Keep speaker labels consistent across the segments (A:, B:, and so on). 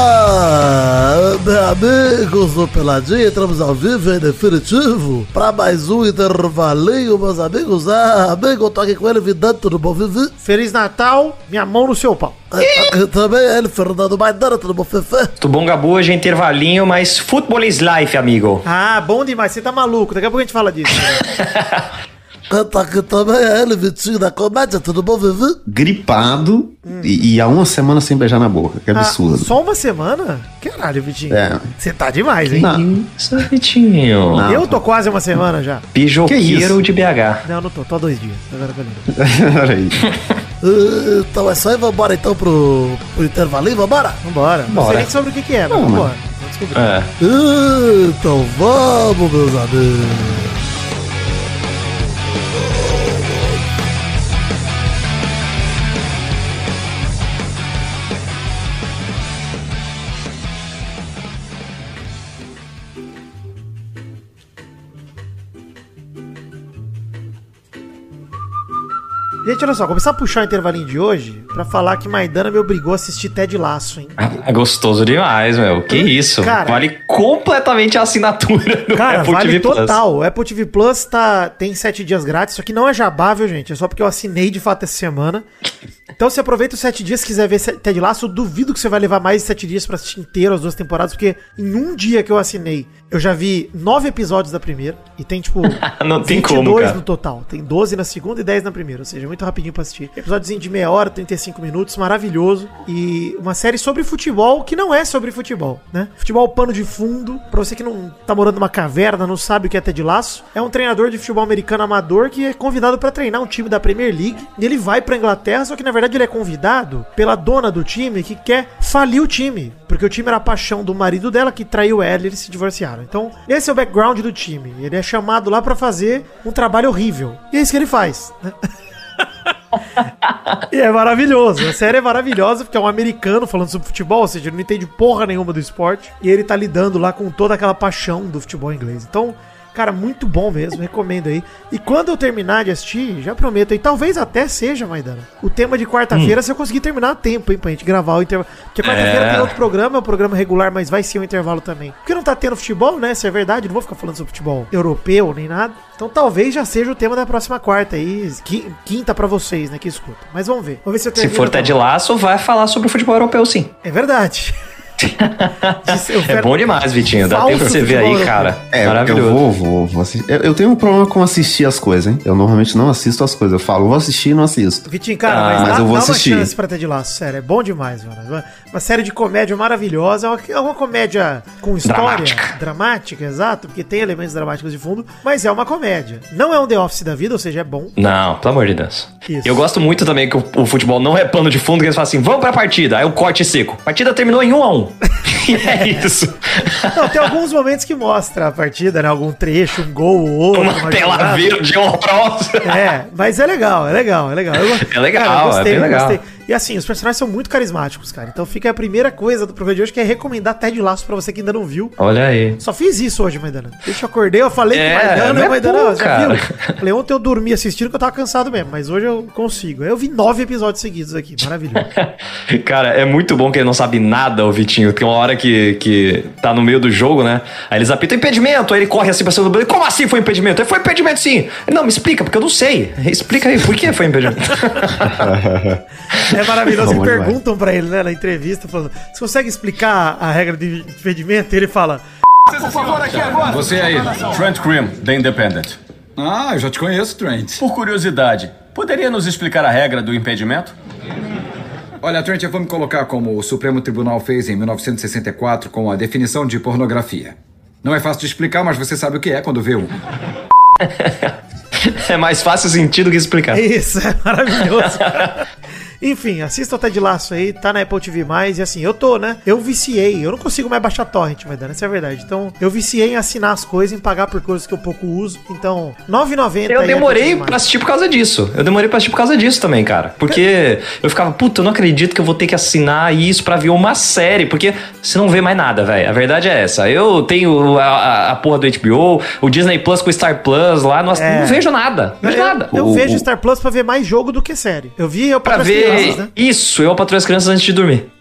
A: Ah, ah, amigos do Peladinha, entramos ao vivo em definitivo pra mais um intervalinho, meus amigos. Ah, amigo, eu tô aqui com ele, Vidante, tudo bom, Vivi?
B: Feliz Natal, minha mão no seu pau.
A: Ah, ah, Também ele, Fernando Maidana, tudo bom, Fefe?
C: Tubonga Buja, intervalinho, mas futebol is life, amigo.
B: Ah, bom demais, você tá maluco. Daqui a pouco a gente fala disso.
A: Ah, Tá aqui também ele, Vitinho da Comédia, tudo bom, Vivi?
D: gripado e, e há uma semana sem beijar na boca. Que
B: Ah,
D: É absurdo.
B: só uma semana? Caralho, Vitinho.
D: É.
B: Você tá demais, hein?
D: Não.
C: Isso, Vitinho.
D: Não.
B: Eu tô quase uma semana já.
D: Que
C: Pijoqueiro
D: isso?
C: de BH.
B: Não, não tô, tô há dois dias. Agora tá que eu lembro.
D: Olha aí.
A: Ah, Então é só ir, vambora então pro, pro intervalinho, vambora?
B: Vambora. Não sei
C: Bora.
B: nem sobre o que, que é, mas
D: Não,
B: vambora.
D: mano.
B: Vamos descobrir.
C: É.
A: Ah, Então vamos, meus amigos.
B: Gente, olha só, começar a puxar o intervalinho de hoje pra falar que Maidana me obrigou a assistir Ted Laço, hein?
C: Ah, Gostoso demais, meu. Que isso.
B: Cara.
C: vale completamente a assinatura do
B: Cara,
C: Apple
B: vale
C: TV Plus.
B: total. O Apple TV Plus tá, tem sete dias grátis. Isso aqui não é jabá, viu, gente? É só porque eu assinei de fato essa semana. Então, se aproveita os sete dias, se quiser ver se- Ted Laço, eu duvido que você vai levar mais de sete dias pra assistir inteiro as duas temporadas, porque em um dia que eu assinei, eu já vi nove episódios da primeira e tem, tipo,
C: Não tem como, cara.
B: no total. Tem 12 na segunda e 10 na primeira, ou seja, é muito rapidinho pra assistir. Episódiozinho de meia hora, 35 minutos, maravilhoso. E uma série sobre futebol que não é sobre futebol, né? Futebol pano de fundo, pra você que não tá morando numa caverna, não sabe o que é Ted Laço, é um treinador de futebol americano amador que é convidado pra treinar um time da Premier League. E ele vai pra Inglaterra, só que na verdade ele é convidado pela dona do time que quer falir o time, porque o time era a paixão do marido dela que traiu ela e eles se divorciaram. Então, esse é o background do time. Ele é chamado lá pra fazer um trabalho horrível. E é isso que ele faz, né? E é maravilhoso. A série é maravilhosa, porque é um americano falando sobre futebol, ou seja, ele não entende porra nenhuma do esporte. E ele tá lidando lá com toda aquela paixão do futebol inglês. Então, cara, muito bom mesmo, recomendo aí. E quando eu terminar de assistir, já prometo aí, talvez até seja, Maidana, o tema de quarta-feira, se eu conseguir terminar a tempo, hein, pra gente gravar o intervalo. Porque quarta-feira
C: É.
B: tem outro programa, é um programa regular, mas vai ser um intervalo também. Porque não tá tendo futebol, né? Se é verdade, não vou ficar falando sobre futebol europeu nem nada. Então talvez já seja o tema da próxima quarta aí, qui- quinta pra vocês, né, que escutam. Mas vamos ver. Vamos ver se eu
C: Se
B: termino.
C: for tá Ted Laço, vai falar sobre o futebol europeu, sim.
B: É verdade. Disse- eu
C: É
B: quero-
C: bom demais, Vitinho. Dá
B: Falso
C: tempo pra você ver
B: futebol
C: aí, cara.
D: É, eu
C: Maravilhoso.
D: vou, vou, vou assistir. Eu, eu tenho um problema com assistir as coisas, hein? Eu normalmente não assisto as coisas. Eu falo, vou assistir e não assisto.
B: Vitinho, cara,
C: Ah,
B: mas,
D: mas
B: dá,
D: eu vou
B: dá uma
D: assistir.
B: chance pra Ted Laço, sério. É bom demais, mano. Uma- Uma série de comédia maravilhosa. É uma, é uma comédia com história.
C: Dramática.
B: dramática, exato. Porque tem elementos dramáticos de fundo. Mas é uma comédia. Não é um The Office da vida, ou seja, é bom.
C: Não, pelo amor de Deus.
B: Isso.
C: Eu gosto muito também que o, o futebol não é pano de fundo, que eles falam assim, vamos pra partida. Aí o corte é seco. Partida terminou em 1 a 1 E é isso.
B: Não, tem alguns momentos que mostra a partida, né? Algum trecho, um gol ou outro.
C: Uma tela
B: jogada.
C: verde um horrorosa.
B: É, mas é legal, é legal, é legal. Eu-
C: É legal, é bem legal.
B: E assim, os personagens são muito carismáticos, cara. Então fica a primeira coisa do programa de hoje, que é recomendar Ted Laço pra você que ainda não viu.
C: Olha aí.
B: Só fiz isso hoje, Maidana. Deixa eu acordei, eu falei
C: É,
B: que Maidana,
C: não é
B: Maidana,
C: pouco,
B: você
C: cara.
B: viu? Falei, ontem eu dormi assistindo que eu tava cansado mesmo, mas hoje eu consigo. Eu vi nove episódios seguidos aqui, maravilhoso.
C: Cara, é muito bom que ele não sabe nada, o Vitinho. Tem uma hora que, que tá no meio do jogo, né? Aí eles apitam impedimento, aí ele corre assim pra cima do banco. Como assim foi impedimento? Ele foi impedimento sim. Ele, não, me explica, porque eu não sei. Explica aí, por que foi impedimento?
B: É maravilhoso que
D: Bom demais.
B: perguntam pra ele, né, na entrevista, falando: você consegue explicar a regra de impedimento? E ele fala.
E: Você aí, Trent Cream, The Independent.
F: Ah, eu já te conheço, Trent.
E: Por curiosidade, poderia nos explicar a regra do impedimento?
F: Olha, Trent, eu vou me colocar como o Supremo Tribunal fez em 1964 com a definição de pornografia. Não é fácil de explicar, mas você sabe o que é quando vê um.
C: é mais fácil sentido que explicar.
B: É Isso, é maravilhoso. cara. Enfim, assista o Ted Laço aí, tá na Apple TV+, e assim, eu tô, né? Eu viciei, eu não consigo mais baixar torrent, mas essa é a verdade. Então, eu viciei em assinar as coisas, em pagar por coisas que eu pouco uso, então, R$ 9,90
C: Eu
B: aí,
C: demorei
B: Apple TV+.
C: pra assistir por causa disso. Eu demorei pra assistir por causa disso também, cara. Porque eu ficava, puta, eu não acredito que eu vou ter que assinar isso pra ver uma série. Porque você não vê mais nada, velho. A verdade é essa. Eu tenho a, a- a porra do HBO, o Disney Plus com o Star Plus lá. Nossa,
B: É.
C: não vejo nada. Não vejo
B: Eu,
C: nada.
B: eu
D: O-
B: vejo
D: o-
B: Star Plus pra ver mais jogo do que série. Eu vi eu
C: Pra
B: procrastinei, crianças, né? É.
C: Isso, eu patrulho as crianças antes de dormir.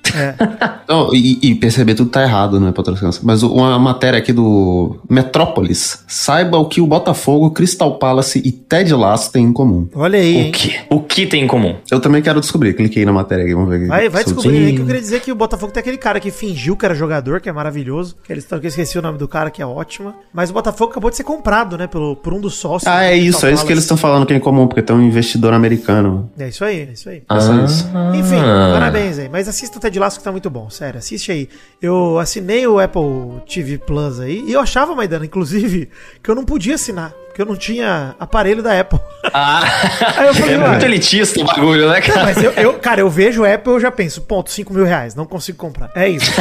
D: Não, Então, e, e perceber tudo tá errado, né, patrocinador? Mas o- uma matéria aqui do Metrópolis. Saiba o que o Botafogo, Crystal Palace e Ted Lasso têm em comum.
B: Olha aí,
C: O
B: hein?
C: que, o que tem em comum?
D: Eu também quero descobrir. Cliquei na matéria aqui, vamos ver. aqui.
B: Vai, vai
D: Sobre-
B: descobrir aí que eu queria dizer que o Botafogo tem aquele cara que fingiu que era jogador, que é maravilhoso. Que eles que eu esqueci o nome do cara, que é ótima. Mas o Botafogo acabou de ser comprado, né? Pelo, por um dos sócios.
D: Ah,
B: do
D: é
B: Crystal
D: isso, é isso que
B: Palace.
D: eles estão falando que é em comum, porque tem um investidor americano.
B: É isso aí, é isso aí.
D: É só isso.
B: Enfim, parabéns aí. Mas assista o Ted Lasso que tá muito bom, sério. Assiste aí. Eu assinei o Apple TV Plus aí e eu achava, Maidana, inclusive, que eu não podia assinar. Porque eu não tinha aparelho da Apple.
C: Ah,
B: Aí eu falei,
C: é
B: uai.
C: muito elitista o bagulho, né, cara?
B: Mas eu, eu- cara, eu vejo a Apple, eu já penso, ponto, 5 mil reais, não consigo comprar. É isso.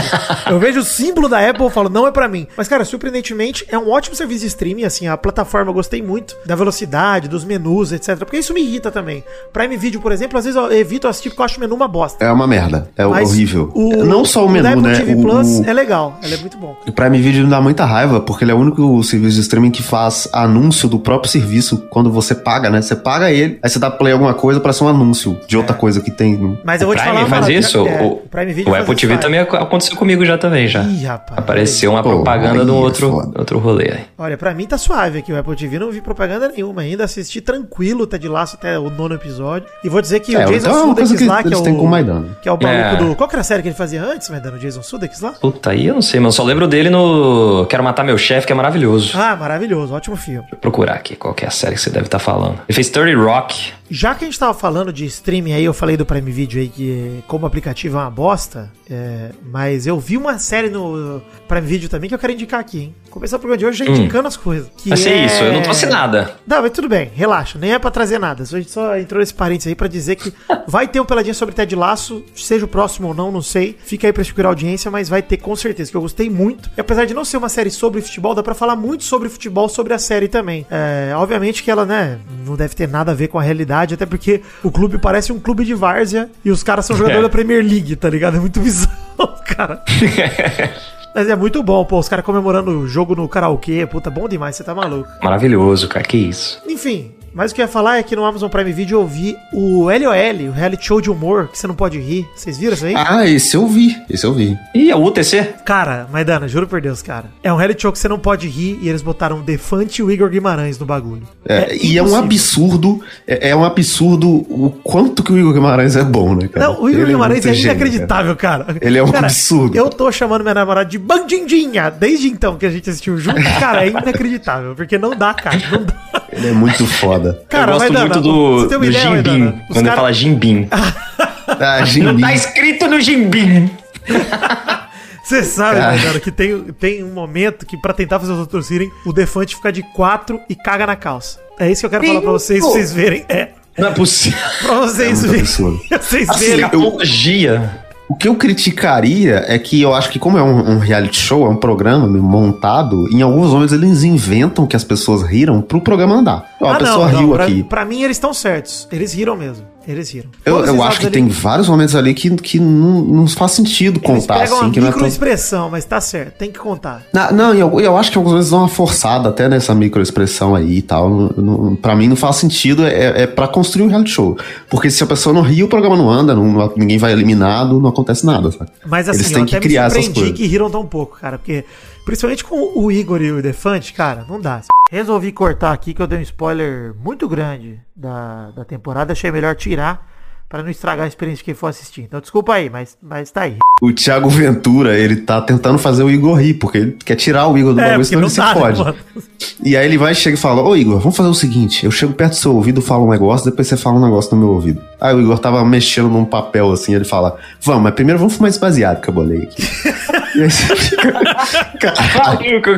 B: Eu vejo o símbolo da Apple, eu falo, não é pra mim. Mas, cara, surpreendentemente, é um ótimo serviço de streaming, assim, a plataforma eu gostei muito da velocidade, dos menus, etc. Porque isso me irrita também. Prime Video, por exemplo, às vezes eu evito assistir porque eu acho o menu uma bosta.
D: É uma merda. É
B: Mas
D: horrível.
B: o-
D: Não só o
B: da
D: menu,
B: Apple
D: né?
B: TV
D: o,
B: Plus
D: o-
B: é legal, ele é muito bom.
D: O Prime Video me dá muita raiva, porque ele é o único serviço de streaming que faz anúncio do próprio serviço quando você paga, né? Você paga ele, aí você dá play em alguma coisa, parece um anúncio de outra coisa que tem.
B: Mas eu vou
C: Prime
B: te falar uma
C: faz
B: parada,
C: isso?
B: é,
C: o
B: Prime Video
C: o
B: faz
C: Apple
B: isso,
C: TV
B: vai.
C: também ac- aconteceu comigo já também, já.
B: Ih, rapaz.
C: Apareceu uma
D: Pô,
C: propaganda
D: aí
C: no
D: é
C: outro,
D: foda.
C: outro rolê aí.
B: Olha, pra mim tá suave aqui o Apple TV, não vi propaganda nenhuma ainda, assisti tranquilo, tá de laço até o nono episódio. E vou dizer que
D: É,
B: o Jason
D: então é uma coisa
B: Sudeikis
D: que
B: lá, que é
D: eles têm com o Maidana.
B: o que é o maluco
C: É.
B: do... Qual que era a série que ele fazia antes, Maidano? O Jason Sudeikis lá?
C: Puta, aí eu não sei, mas eu só lembro dele no Quero Matar Meu Chefe, que é maravilhoso.
B: Ah, maravilhoso, ótimo filme.
C: Vou procurar aqui qual que é a série que você deve estar falando. Ele fez 30 Rock.
B: Já que a gente tava falando de streaming aí, eu falei do Prime Video aí que como aplicativo é uma bosta, é, mas eu vi uma série no Prime Video também que eu quero indicar aqui, hein? Começar o programa de hoje já indicando as coisas. Que
C: Vai ser
B: é-
C: Hum. isso, eu não tô assinada.
B: Não, mas tudo bem, relaxa, nem é pra trazer nada. A gente só entrou nesse parênteses aí pra dizer que vai ter um peladinha sobre Ted Laço, seja o próximo ou não, não sei. Fica aí pra segurar a audiência, mas vai ter com certeza, que eu gostei muito. E apesar de não ser uma série sobre futebol, dá pra falar muito sobre futebol sobre a série também. É, obviamente que ela, né, não deve ter nada a ver com a realidade, até porque o clube parece um clube de várzea e os caras são jogadores da
C: É.
B: Premier League, tá ligado? É muito bizarro, cara. Mas é muito bom, pô, os caras comemorando o jogo no karaokê, puta, bom demais, você tá maluco.
C: Maravilhoso, cara, que isso.
B: Enfim, mas o que eu ia falar é que no Amazon Prime Video eu vi o LOL, o reality show de humor, que você não pode rir. Vocês viram isso aí?
D: Ah, esse eu vi. Esse eu vi.
C: E a UTC?
B: Cara, Maidana, juro por Deus, cara. É um reality show que você não pode rir e eles botaram o Defante e o Igor Guimarães no bagulho.
D: É, e é um
B: impossível.
D: absurdo. É, é um absurdo o quanto que o Igor Guimarães é bom, né, cara?
B: Não, o Igor
D: Ele
B: Guimarães
D: muito
B: é,
D: gênio,
B: inacreditável, cara.
D: Ele é um
B: Cara,
D: absurdo.
B: Eu tô chamando minha namorada de bandindinha desde então que a gente assistiu junto. Cara, é inacreditável, porque não dá, cara. Não dá.
D: cara. Ele é muito foda.
B: Cara,
C: eu gosto
B: Maidana, você
C: muito do,
B: tem uma
C: do
B: ideia,
C: Jimbim,
B: Maidana? Os
C: quando ele
B: cara-
C: fala Jimbim.
D: Ah,
C: Não
D: Jimmy.
C: tá escrito no Jimbim.
B: Você sabe,
D: Cara.
B: né, cara, que tem, tem um momento que, pra tentar fazer os outros rirem, o Defante fica de quatro e caga na calça. É isso que eu quero falar pra vocês, pra vocês verem. É,
C: Não é possível.
B: pra vocês
D: muito
B: verem.
D: absurdo.
B: pra vocês
D: Assim,
B: verem.
D: eu-
C: Apologia.
D: O que eu criticaria é que eu acho que, como é um, um reality show, é um programa montado, em alguns momentos eles inventam que as pessoas riram pro programa andar. Ó, a pessoa riu
B: Ah, pra,
D: aqui.
B: pra mim eles estão certos. Eles riram mesmo. Eles riram.
D: Eu,
B: Todos
D: eu
B: os
D: acho que
B: lados
D: tem
B: ali,
D: vários momentos ali que, que não, não faz sentido
B: Eles
D: contar,
B: pegam
D: assim, que
B: uma
D: não é tão...
B: microexpressão, mas tá certo, tem que contar.
D: Na- não, eu, eu acho que algumas vezes dá uma forçada até nessa microexpressão aí e tal. Não- não- Pra mim não faz sentido, é, é pra construir um reality show. Porque se a pessoa não ri, o programa não anda, não- não- ninguém vai eliminado, não acontece nada, sabe?
B: Mas assim,
D: Eles
B: eu
D: têm que
B: até
D: criar
B: me
D: essas
B: surpreendi
D: coisas.
B: que riram tão pouco, cara. Porque, principalmente com o Igor e o Defante, cara, não dá. Resolvi cortar aqui que eu dei um spoiler muito grande da, da temporada. Achei melhor tirar pra não estragar a experiência de quem for assistir. Então desculpa aí, mas, mas tá aí.
D: O Thiago Ventura, ele tá tentando fazer o Igor rir, porque ele quer tirar o Igor
B: É,
D: do bagulho, senão ele se
B: né,
D: pode. E aí ele vai, chega e fala: Ô Igor, vamos fazer o seguinte: eu chego perto do seu ouvido, falo um negócio, depois você fala um negócio no meu ouvido. Aí o Igor tava mexendo num papel assim, ele fala: Vamos, mas primeiro vamos fumar esse baseado que eu bolei aqui. e aí você fica. Caralho,
C: Maluco,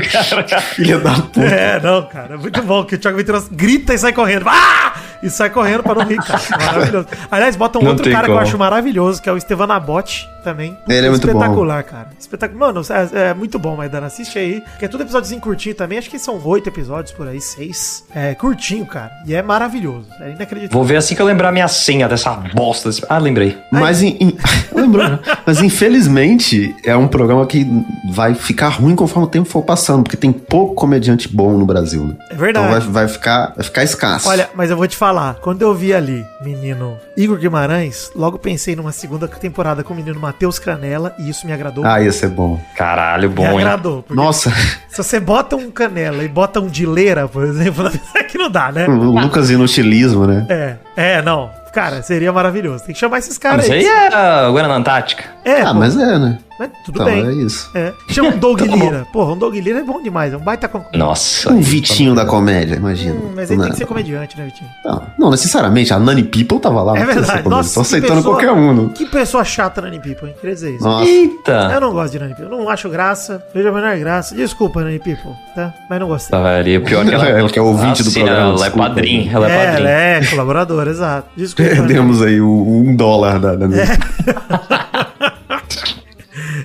C: cara.
D: filha da puta.
B: É, não, cara. É muito bom que o Thiago Ventura grita e sai correndo. Ah! E sai correndo pra não rir, cara. Maravilhoso. Aliás, bota um
C: Não
B: outro
C: tem
B: cara que
C: como.
B: eu acho maravilhoso, que é o Estevan Abote. também.
D: Ele é muito bom.
B: Espetacular, cara. Espetacular. Mano, é, é muito bom, Maidana. Assiste aí. Que é tudo episódiozinho curtinho também. Acho que são oito episódios por aí, seis. É curtinho, cara. E é maravilhoso. É inacreditável.
C: Vou ver assim que eu lembrar minha senha dessa bosta. desse- Ah, lembrei.
D: Mas, in- in- lembrou, né? Mas infelizmente é um programa que vai ficar ruim conforme o tempo for passando, porque tem pouco comediante bom no Brasil. né?
B: É verdade.
D: Então vai, vai ficar, vai ficar escasso.
B: Olha, mas eu vou te falar, quando eu vi ali, menino Igor Guimarães, logo pensei numa segunda temporada com o menino Matheus Canela e isso me agradou.
D: ah, ia ser bom.
C: Caralho,
B: me
C: bom, hein?
B: agradou. porque
D: Nossa,
B: Se você bota um Canela e bota um Dileira, por exemplo, apesar que não dá, né?
D: o Lucas Inutilismo, né?
B: É, é, não. Cara, seria maravilhoso. Tem que chamar esses
C: Ah,
B: caras
C: Mas
B: aí.
C: aí era Guaraná Antártica.
B: É,
D: ah,
B: pô,
D: mas é, né?
B: mas tudo
D: Então,
B: bem.
D: é isso. Tá
B: É. Chama um Doug Lira. Porra, um Doug Lira é bom demais. É um baita con...
C: Nossa.
D: Um Vitinho da comédia, imagina.
B: Hum, Mas ele
D: não,
B: tem que ser comediante, né, Vitinho?
D: não, não, necessariamente. A Nani People tava lá.
B: É verdade. Nossa,
D: Tô
B: que
D: aceitando
B: pessoa- É
D: qualquer um. né? Ah.
B: Que pessoa chata, Nani Pipo, hein? Queria dizer isso.
D: Nossa. É
C: Eita.
B: Eu não gosto de Nani People. Não acho graça. Vejo a menor graça. Desculpa, Nani People, tá? Mas não gostei.
C: Nossa, velho, e o pior é que ela,
D: Ela que é ouvinte do
C: sim,
D: programa,
C: Ela
D: desculpa.
C: é padrinho,
D: Tá,
C: ela é,
B: é, ela
C: padrinho.
B: é colaboradora, exato. Desculpa. Nani.
D: Perdemos aí o, o um dólar da, da
B: É.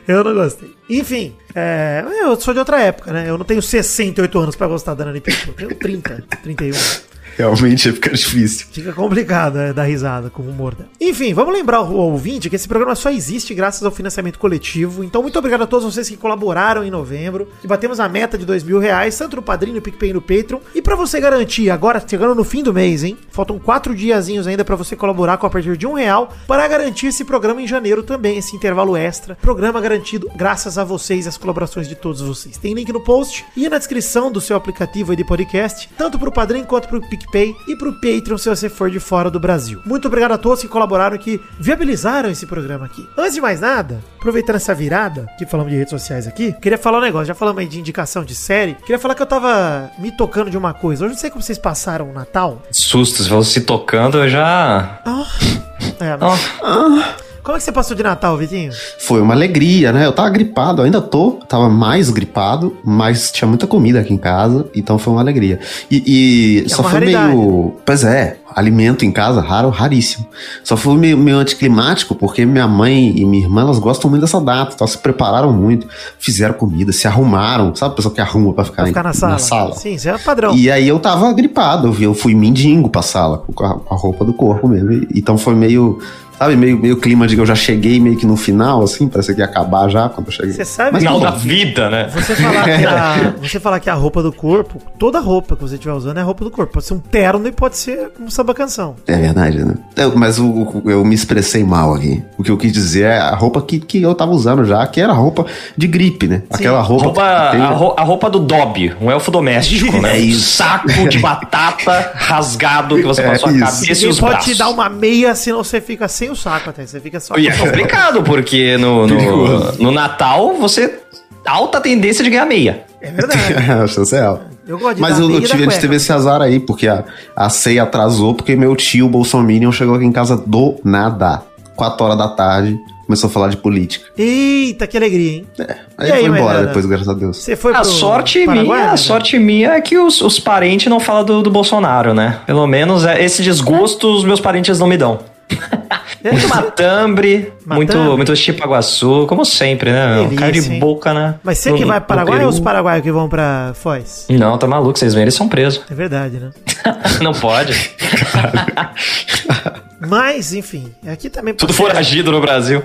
B: Eu não gostei. Enfim, é, eu sou de outra época, né? Eu não tenho 68 anos pra gostar da Nani People. Eu tenho 30, 31.
D: Realmente ia ficar difícil.
B: Fica complicado é, dar risada com o humor dela. Enfim, vamos lembrar o ouvinte que esse programa só existe graças ao financiamento coletivo. Então, muito obrigado a todos vocês que colaboraram em novembro. E batemos a meta de dois mil reais, tanto no Padrinho, no PicPay e no Patreon. E pra você garantir, agora chegando no fim do mês, hein? Faltam quatro diazinhos ainda pra você colaborar com a partir de um real para garantir esse programa em janeiro também, esse intervalo extra. Programa garantido graças a vocês e as colaborações de todos vocês. Tem link no post e na descrição do seu aplicativo aí de podcast, tanto pro Padrim quanto pro PicPay e pro Patreon se você for de fora do Brasil. Muito obrigado a todos que colaboraram e que viabilizaram esse programa aqui. Antes de mais nada, aproveitando essa virada, que falamos de redes sociais aqui, queria falar um negócio, já falamos aí de indicação de série, queria falar que eu tava me tocando de uma coisa. Hoje não sei como vocês passaram o Natal.
C: Susto, você falou se tocando, eu já.
B: É, mas-
C: Ó,
B: Como é que você passou de Natal, Vitinho?
D: Foi uma alegria, né? Eu tava gripado, ainda tô, tava mais gripado, mas tinha muita comida aqui em casa, então foi uma alegria. E, e
B: É
D: só
B: uma
D: foi
B: raridade.
D: meio. Pois é, alimento em casa, raro, raríssimo. Só foi meio, meio anticlimático, porque minha mãe e minha irmã, elas gostam muito dessa data, então se prepararam muito, fizeram comida, se arrumaram, sabe? A pessoa que arruma pra ficar,
B: Pra ficar
D: em-
B: Ah, na sala. Sim, isso é padrão.
D: E aí eu tava gripado, eu vi- eu fui mendigo pra sala, com a, com a roupa do corpo mesmo. E- Então foi meio, sabe, meio, meio clima de que eu já cheguei meio que no final, assim, parece que ia acabar já quando eu cheguei.
B: Você sabe
D: Mas
C: final
D: tá
C: da
D: bom.
C: vida, né?
B: Você falar, que a, você falar que a roupa do corpo, toda roupa que você estiver usando é a roupa do corpo. Pode ser um terno e pode ser um samba canção.
D: É verdade, né? Eu- mas o- o- eu me expressei mal aqui. O que eu quis dizer é a roupa que, que eu tava usando já, que era roupa de gripe, né? Aquela roupa.
C: Roupa,
D: que
C: a,
D: tem-
C: ro- a roupa do Dobby, um elfo doméstico, né?
D: É
C: Um
D: isso.
C: saco de batata rasgado que você
D: É
C: passou a
D: isso.
C: cabeça e
B: Ninguém
C: os
B: pode
C: braços.
B: te dar uma meia, senão você fica sem o saco até. Você fica só.
C: E é complicado, porque no, no,
D: Perigoso.
C: no Natal você. Alta tendência de ganhar meia.
B: É verdade.
D: Acho que é real.
B: Eu gosto de
D: Mas
B: dar
D: eu,
B: meia
D: eu
B: da
D: tive, a gente
B: cueca.
D: teve esse azar aí, porque a, a ceia atrasou, porque meu tio Bolsonaro chegou aqui em casa do nada. Quatro horas da tarde, começou a falar de política.
B: Eita, que alegria, hein?
D: Aí
B: E aí,
D: foi embora
B: Maidana?
D: depois, graças a Deus.
B: Você foi
C: É, A sorte é
B: Paraguai,
C: minha,
B: né?
C: a sorte minha é que os, os parentes não falam do, do Bolsonaro, né? Pelo menos é, esse desgosto os meus parentes não me dão. muito matambre, muito,
B: Matambre.
C: muito chipaguaçu, como sempre, né? Meu?
B: Delícia,
C: Cara de
B: hein?
C: boca, né?
B: Mas você
C: No-
B: que vai
C: no
B: para Paraguai
C: Peru.
B: ou os paraguaios que vão pra Foz?
C: Não, tá maluco, vocês veem, eles são presos.
B: É verdade, né?
C: não pode.
B: Mas, enfim, aqui também.
C: Tudo foragido no Brasil.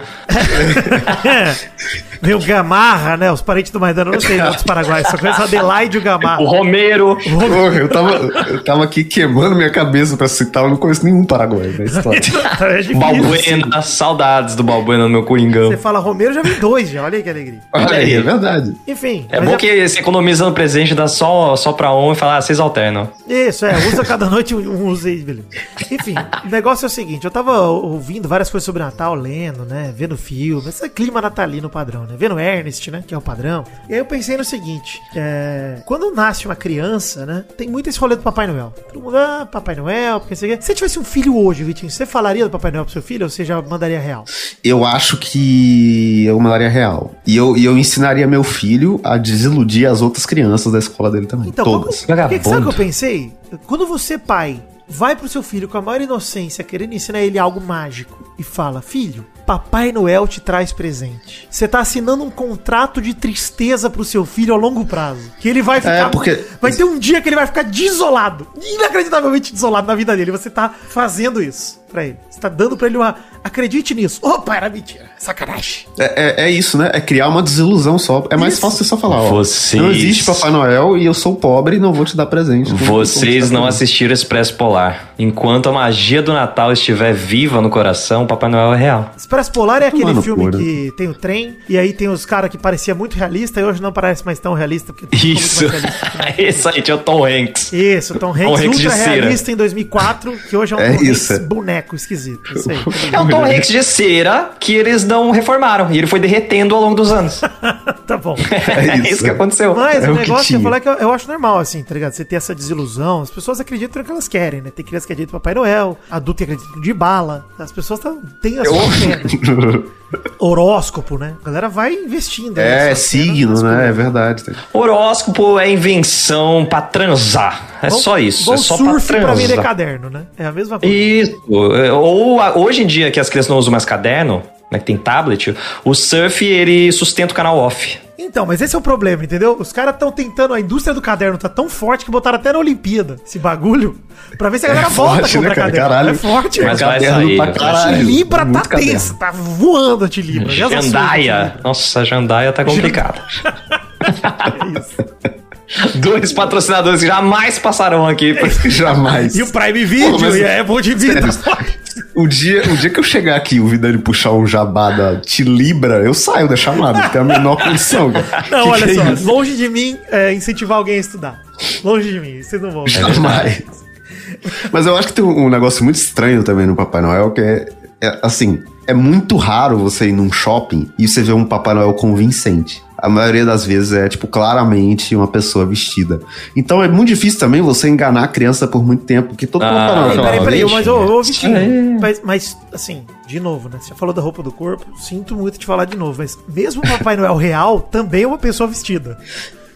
B: Veio o É. Gamarra, né? Os parentes do Maidano, eu não sei outros paraguaios. Só conheço a Adelaide e Ah. o Gamarra.
C: O Romero.
D: Porra, eu tava, eu tava aqui queimando minha cabeça pra citar, eu não conheço nenhum paraguaio da história.
B: é difícil.
C: Balbuena, saudades do Balbuena no meu
B: Você
C: Coringão.
B: fala Romero, já vem dois, já. Olha aí que alegria.
D: Olha aí, é verdade.
B: Enfim.
C: É
B: mas
C: bom que você economiza no presente, dá só, só pra um e fala, ah, vocês alternam.
B: Isso, é. Usa cada noite um, usa e beleza. Enfim, o negócio é o seguinte. Eu tava ouvindo várias coisas sobre Natal, lendo, né? Vendo filme. Esse clima natalino padrão, né? Vendo Ernest, né? Que é o padrão. E aí eu pensei no seguinte. é, quando nasce uma criança, né? Tem muito esse rolê do Papai Noel. Todo mundo, ah, Papai Noel, porque não sei o quê. Se você tivesse um filho hoje, Vitinho, você falaria do Papai Noel pro seu filho ou você já mandaria real?
D: Eu acho que eu mandaria real. E eu, e eu ensinaria meu filho a desiludir as outras crianças da escola dele também.
B: Então,
D: todas.
B: como- porque sabe o que
C: Vagabundo.
B: eu pensei? Quando você, pai, vai pro seu filho com a maior inocência, querendo ensinar ele algo mágico, e fala, filho, Papai Noel te traz presente. Você tá assinando um contrato de tristeza pro seu filho a longo prazo. Que ele vai ficar.
D: É, porque-
B: Vai ter um dia que ele vai ficar desolado. Inacreditavelmente desolado na vida dele. Você tá fazendo isso pra ele. Você tá dando pra ele uma. Acredite nisso. Opa, era mentira. Sacanagem.
D: É, é- é isso, né? É criar uma desilusão só. É mais
B: Isso.
D: fácil você só falar, ó.
C: Vocês-
D: Não existe Papai Noel e eu sou pobre e não vou te dar presente. Não tem como te
C: Vocês
D: dar
C: não
D: presente.
C: assistiram Expresso Polar. Enquanto a magia do Natal estiver viva no coração, Papai Noel é real.
B: Expresso Polar é aquele
D: Tomar no
B: filme
D: cu, né?
B: que tem o trem, e aí tem os caras que parecia muito realista e hoje não parece mais tão realista. Porque ficou muito
C: Isso.
B: mais realista. né?
C: Isso aí, tinha o Tom Hanks.
B: Isso, Tom
D: um
B: Hanks,
C: Hanks de
B: ultra
C: cera.
B: realista em 2004, que hoje é um
D: É
B: Tom Hanks
D: isso.
B: boneco esquisito. Isso aí.
C: É o Tom Hanks de cera que eles não reformaram. E ele foi derretendo ao longo dos anos.
B: tá bom.
C: É isso, que aconteceu.
B: Mas
D: É
B: o
D: o um que
B: negócio que eu
D: tinha.
B: falei é que eu, eu acho normal, assim, tá ligado? Você ter essa desilusão, as pessoas acreditam no que elas querem, né? Tem criança que acredita em Papai Noel, adulto que acredita de bala. As pessoas tão- têm as suas fé, né? Horóscopo, né? A galera vai investindo. né,
D: É,
B: nas suas fé,
D: signo,
B: nas
D: né? É verdade.
C: Horóscopo é invenção pra transar. É
B: Igual-
C: só isso.
B: igual
C: É só pra
B: surf pra, vender
C: transar.
B: caderno, né? É a mesma coisa.
C: Isso. É, Ou a- hoje em dia que as crianças não usam mais caderno, né, que tem tablet, o surf ele sustenta o canal off.
B: Então, mas esse é o problema, entendeu? Os caras estão tentando, a indústria do caderno tá tão forte que botaram até na Olimpíada esse bagulho, pra ver se a galera volta
D: forte,
B: contra
D: né, cara?
B: caderno.
D: Caralho.
B: É forte,
C: Mas vai
D: Caderno
C: sair.
D: pra
C: vai
D: caralho.
C: sair.
B: A Libra tá
D: muito caderno.
B: tensa, tá voando a de Libra. Deus
C: Jandaia. Nossa, a Jandaia tá complicada.
B: abençoe, É isso.
C: Dois patrocinadores que jamais passarão aqui.
D: Jamais.
B: E o Prime Video
D: Pô, mas-
B: e a Apple de vida.
D: O dia, o dia que eu chegar aqui e o Vidani puxar um jabá da Te Libra, eu saio da chamada, não tem a menor condição. cara.
B: Não,
D: Que
B: olha
D: que é
B: só,
D: isso?
B: longe de mim é, incentivar alguém a estudar. Longe de mim, vocês não vão.
D: Jamais. Mas eu acho que tem um negócio muito estranho também no Papai Noel, que é, é, assim, é muito raro você ir num shopping e você ver um Papai Noel convincente. A maioria das vezes é, tipo, claramente uma pessoa vestida. Então é muito difícil também você enganar a criança por muito tempo, porque todo tá
C: Ah,
D: Papai Noel...
C: Não,
D: fala,
B: peraí, peraí,
D: "Vixe,
B: mas ô, ô, Vitinho,
C: É.
B: mas, mas, assim, de novo, né? Você falou da roupa do corpo, sinto muito te falar de novo, mas mesmo o Papai Noel real também é uma pessoa vestida.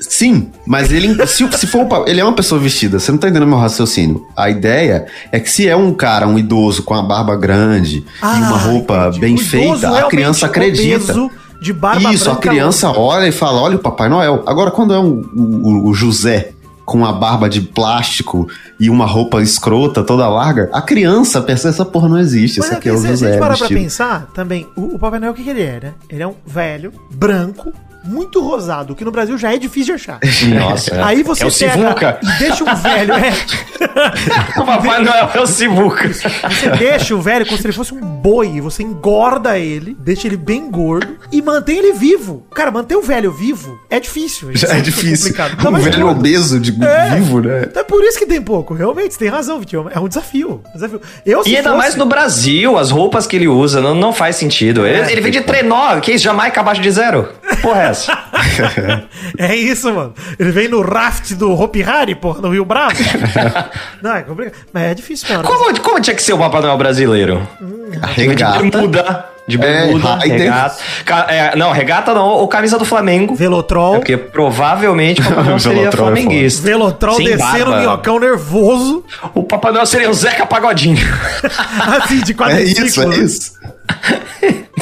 D: Sim, mas ele, se, se for um, pa- ele é uma pessoa vestida, você não tá entendendo meu raciocínio. A ideia é que se é um cara, um idoso com a barba grande e uma roupa
B: Ah, entendi.
D: bem
B: O idoso
D: feita, a
B: realmente
D: criança acredita.
B: obeso, de barba
D: Isso, a
B: branca,
D: criança olha e fala: olha o Papai Noel. Agora, quando é um- o, o José com a barba de plástico e uma roupa escrota toda larga, a criança pensa: essa porra não existe,
B: Mas
D: esse
B: é
D: aqui
B: que
D: é o
B: se, se a
D: José.
B: gente parar pra
D: vestido."
B: pensar, também, o, o Papai Noel, o que, que ele é, né? Ele é um velho, branco, muito rosado, que no Brasil já é difícil de achar.
C: Nossa.
B: Aí você
C: é o
B: pega
C: Sivuca.
B: e deixa um velho, é,
C: O Papai Noel é o Sivuca.
B: você deixa o velho como se ele fosse um boi, você engorda ele, deixa ele bem gordo e mantém ele vivo. Cara, manter o velho vivo é difícil. isso
D: Já é
B: muito
D: difícil.
B: Não,
D: Um
B: mas
D: velho
B: gordo.
D: obeso de vivo, né?
B: Então é por isso que tem pouco, realmente, você tem razão, Vitinho. É um desafio. um desafio. Eu, se
C: E ainda
B: fosse-
C: mais no Brasil, as roupas que ele usa não, não faz sentido. Ele, ele vem de trenó, que isso, Jamaica abaixo de zero. Porra, é essa?
B: É isso, mano. Ele vem no raft do Hopi Hari, porra, no Rio Bravo. Não, é complicado. Mas é difícil, cara.
C: Como, como tinha que ser o Papai Noel brasileiro?
B: Um
C: De
D: Arregata.
C: bermuda. De bermuda,
D: É, Raiden.
C: regata. Ca- é, não, regata não, ou camisa do Flamengo.
B: Velotrol.
C: É porque provavelmente o Papai Noel seria
D: Velotrol é foda.
C: flamenguista.
B: Velotrol
C: Sem
B: descendo o
C: barba.
B: minhocão nervoso,
C: O Papai Noel seria o Zeca Pagodinho.
B: assim, de
D: É
B: quadriciclo.
D: isso, é
B: né?
D: isso.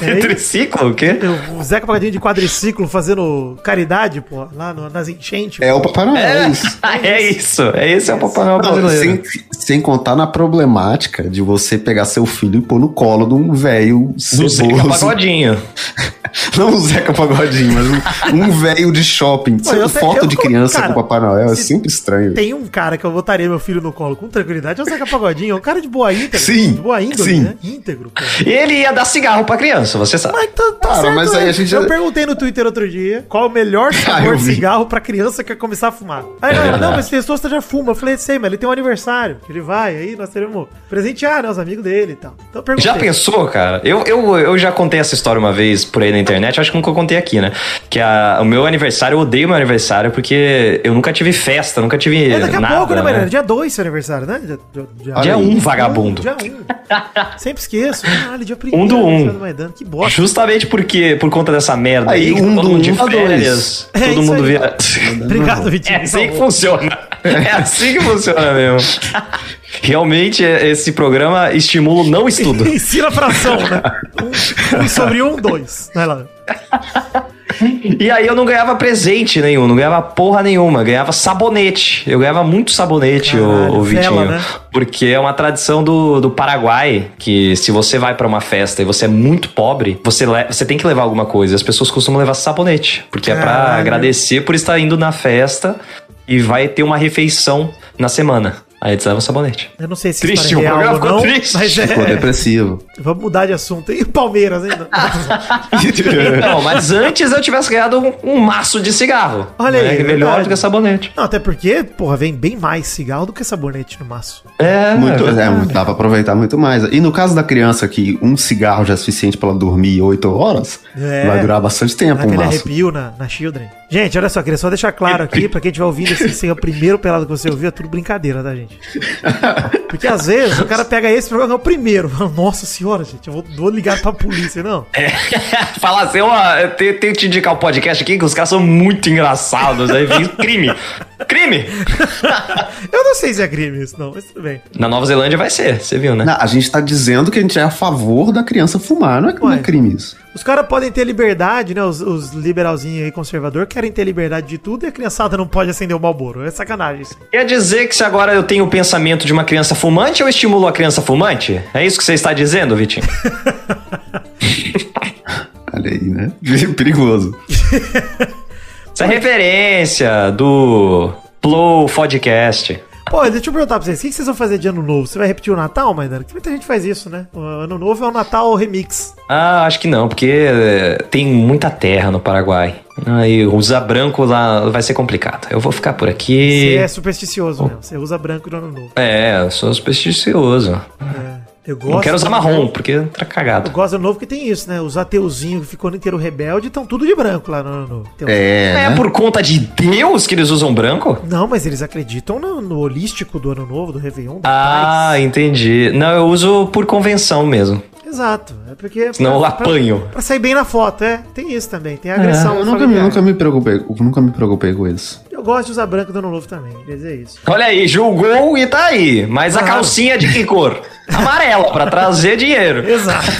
B: É isso.
C: Triciclo, o quê?
B: O Zeca Pagadinho de quadriciclo fazendo caridade, pô, lá no- nas enchentes.
D: É o Papai Noel. É isso.
C: É isso, é esse é o Papai Noel
D: Não,
C: brasileiro.
D: sem, sem contar na problemática de você pegar seu filho e pôr no colo de um velho
C: Do
B: é um
C: Zeca
D: ceboso.
C: Pagodinho.
D: Não o Zeca Pagodinho, mas um, um velho de shopping.
B: Pô, eu até-
D: Foto
B: eu-
D: de criança
B: cara,
D: com o Papai Noel é
B: se-
D: sempre estranho.
B: Tem um cara que eu botaria meu filho no colo com tranquilidade, é o Zeca Pagodinho, é um cara de boa íntegra.
D: Sim,
B: De boa índole,
D: sim.
B: né? Íntegro, pô.
C: E ele ia dar cigarro pra criança, você sabe.
B: Mas tá, tá
D: Cara,
B: certo,
D: mas aí
B: né?
D: a gente
B: Eu
D: já- Ah,
B: perguntei no Twitter outro dia qual o melhor sabor
D: eu
B: de
D: vi.
B: cigarro pra criança que quer começar a fumar. Aí, ela, não, mas Testosta já fuma. Eu falei, sei, mas ele tem um aniversário. que Ele vai, aí nós teremos presentear, né, os amigos dele e tal. Então eu perguntei.
C: Já pensou, cara? Eu, eu, eu já contei essa história uma vez por aí na internet, acho que nunca contei aqui, né? Que a- o meu aniversário, eu odeio meu aniversário porque eu nunca tive festa, nunca tive
B: É daqui a
C: nada,
B: pouco, né,
C: né?
B: Mariana? Dia 2 seu aniversário, né? Dia, dia,
C: Dia
D: Olha aí.
C: um, vagabundo.
B: Dia 1. Sempre esqueço. Caralho, dia 1
C: Um do um.
B: Que bosta.
C: Justamente porque, por conta dessa merda aí,
D: Aí,
C: que
D: um
C: todo
D: do
C: mundo de
D: um dá dois.
C: férias,
B: É
C: todo
B: isso
C: mundo
B: aí.
C: vira...
B: Obrigado, Vitinho.
C: É assim que
B: Tá bom.
C: funciona. É assim que funciona mesmo. Realmente, é- esse programa estimula o não estudo.
B: Ensina fração, né? Um, um sobre um, dois. Vai lá.
C: E aí eu não ganhava presente nenhum, não ganhava porra nenhuma, ganhava sabonete. Eu ganhava muito sabonete,
B: Caralho,
C: o, Vitinho.
B: vela, né?
C: Porque é uma tradição do, do Paraguai que se você vai pra uma festa e você é muito pobre, você, le- você tem que levar alguma coisa. As pessoas costumam levar sabonete, porque é pra
B: Caralho.
C: agradecer por estar indo na festa e vai ter uma refeição na semana. Aí eles levam sabonete.
B: Eu não sei se
C: Triste,
B: isso é
C: o
B: real
C: programa
B: ou
C: ficou
B: não,
C: triste.
B: mas
D: Ficou
B: é.
D: depressivo.
B: Vamos mudar de assunto. E o Palmeiras ainda?
C: Não, mas antes eu tivesse ganhado um, um maço de cigarro. Né?
B: Olha aí, é
C: Melhor
B: verdade.
C: do que sabonete.
B: Não, até porque, porra, vem bem mais cigarro do que sabonete no maço.
C: É,
D: Muito, é, dá pra aproveitar muito mais. E no caso da criança que um cigarro já é suficiente pra ela dormir 8 horas,
B: É.
D: vai durar bastante tempo um
B: Naquele
D: maço.
B: arrepio na, na Children. Gente, olha só, queria só deixar claro aqui, pra quem estiver ouvindo esse ser o primeiro pelado que você ouviu, é tudo brincadeira, tá, gente? Porque às vezes o cara pega esse programa, é o primeiro. Fala, Nossa senhora, gente, eu vou, vou ligar pra polícia, não.
C: Falar assim, ó, eu te- tenho que te indicar o podcast aqui, que os caras são muito engraçados. Aí vem crime. Crime!
B: Eu não sei se é crime isso, não, mas tudo bem.
C: Na Nova Zelândia vai ser, você viu, né?
D: Não, a gente tá dizendo que a gente é a favor da criança fumar, não é, não é
B: Ué.
D: crime isso.
B: Os caras podem ter liberdade, né? Os, os liberalzinhos aí, conservador, querem ter liberdade de tudo e a criançada não pode acender o malboro. É sacanagem isso.
C: Quer dizer que se agora eu tenho o pensamento de uma criança fumante, eu estimulo a criança fumante? É isso que você está dizendo, Vitinho?
D: Olha aí, né? Perigoso.
C: Essa é referência do Plow Podcast.
B: Pô, deixa eu perguntar pra vocês, o que que vocês vão fazer de ano novo? Você vai repetir o Natal, Maidana? Que muita gente faz isso, né? O ano novo é o Natal remix.
C: Ah, acho que não, porque eh, tem muita terra no Paraguai. Aí usar branco lá vai ser complicado. Eu vou ficar por
B: Você
C: aqui.
B: é
C: Oh.
B: supersticioso mesmo, você usa branco no ano novo. é.
C: É, eu sou supersticioso.
B: Eu gosto...
C: Não quero usar marrom, porque tá cagado.
B: Eu gosto do ano novo que tem isso, né? Os ateuzinhos que ficou o ano inteiro rebelde estão tudo de branco lá no ano novo. Tem um- uns-
D: É,
C: É
D: né?
C: por conta de Deus que eles usam branco?
B: Não, mas eles acreditam no, no holístico do ano novo, do Réveillon, do
C: Ah, entendi. Não, eu uso por convenção mesmo.
B: Paz. Exato. É porque...
C: Senão eu apanho.
B: Pra sair bem na foto, é. Tem isso também. Tem
D: Não,
B: agressão.
D: eu nunca, me-
B: É, familiar.
D: nunca me preocupei, eu nunca me preocupei com isso.
B: Eu gosto de usar branco do ano novo também. Quer dizer isso.
C: Olha aí, julgou e tá aí. Mas a
B: Claro.
C: calcinha de que cor? Amarela, pra trazer dinheiro.
B: Exato.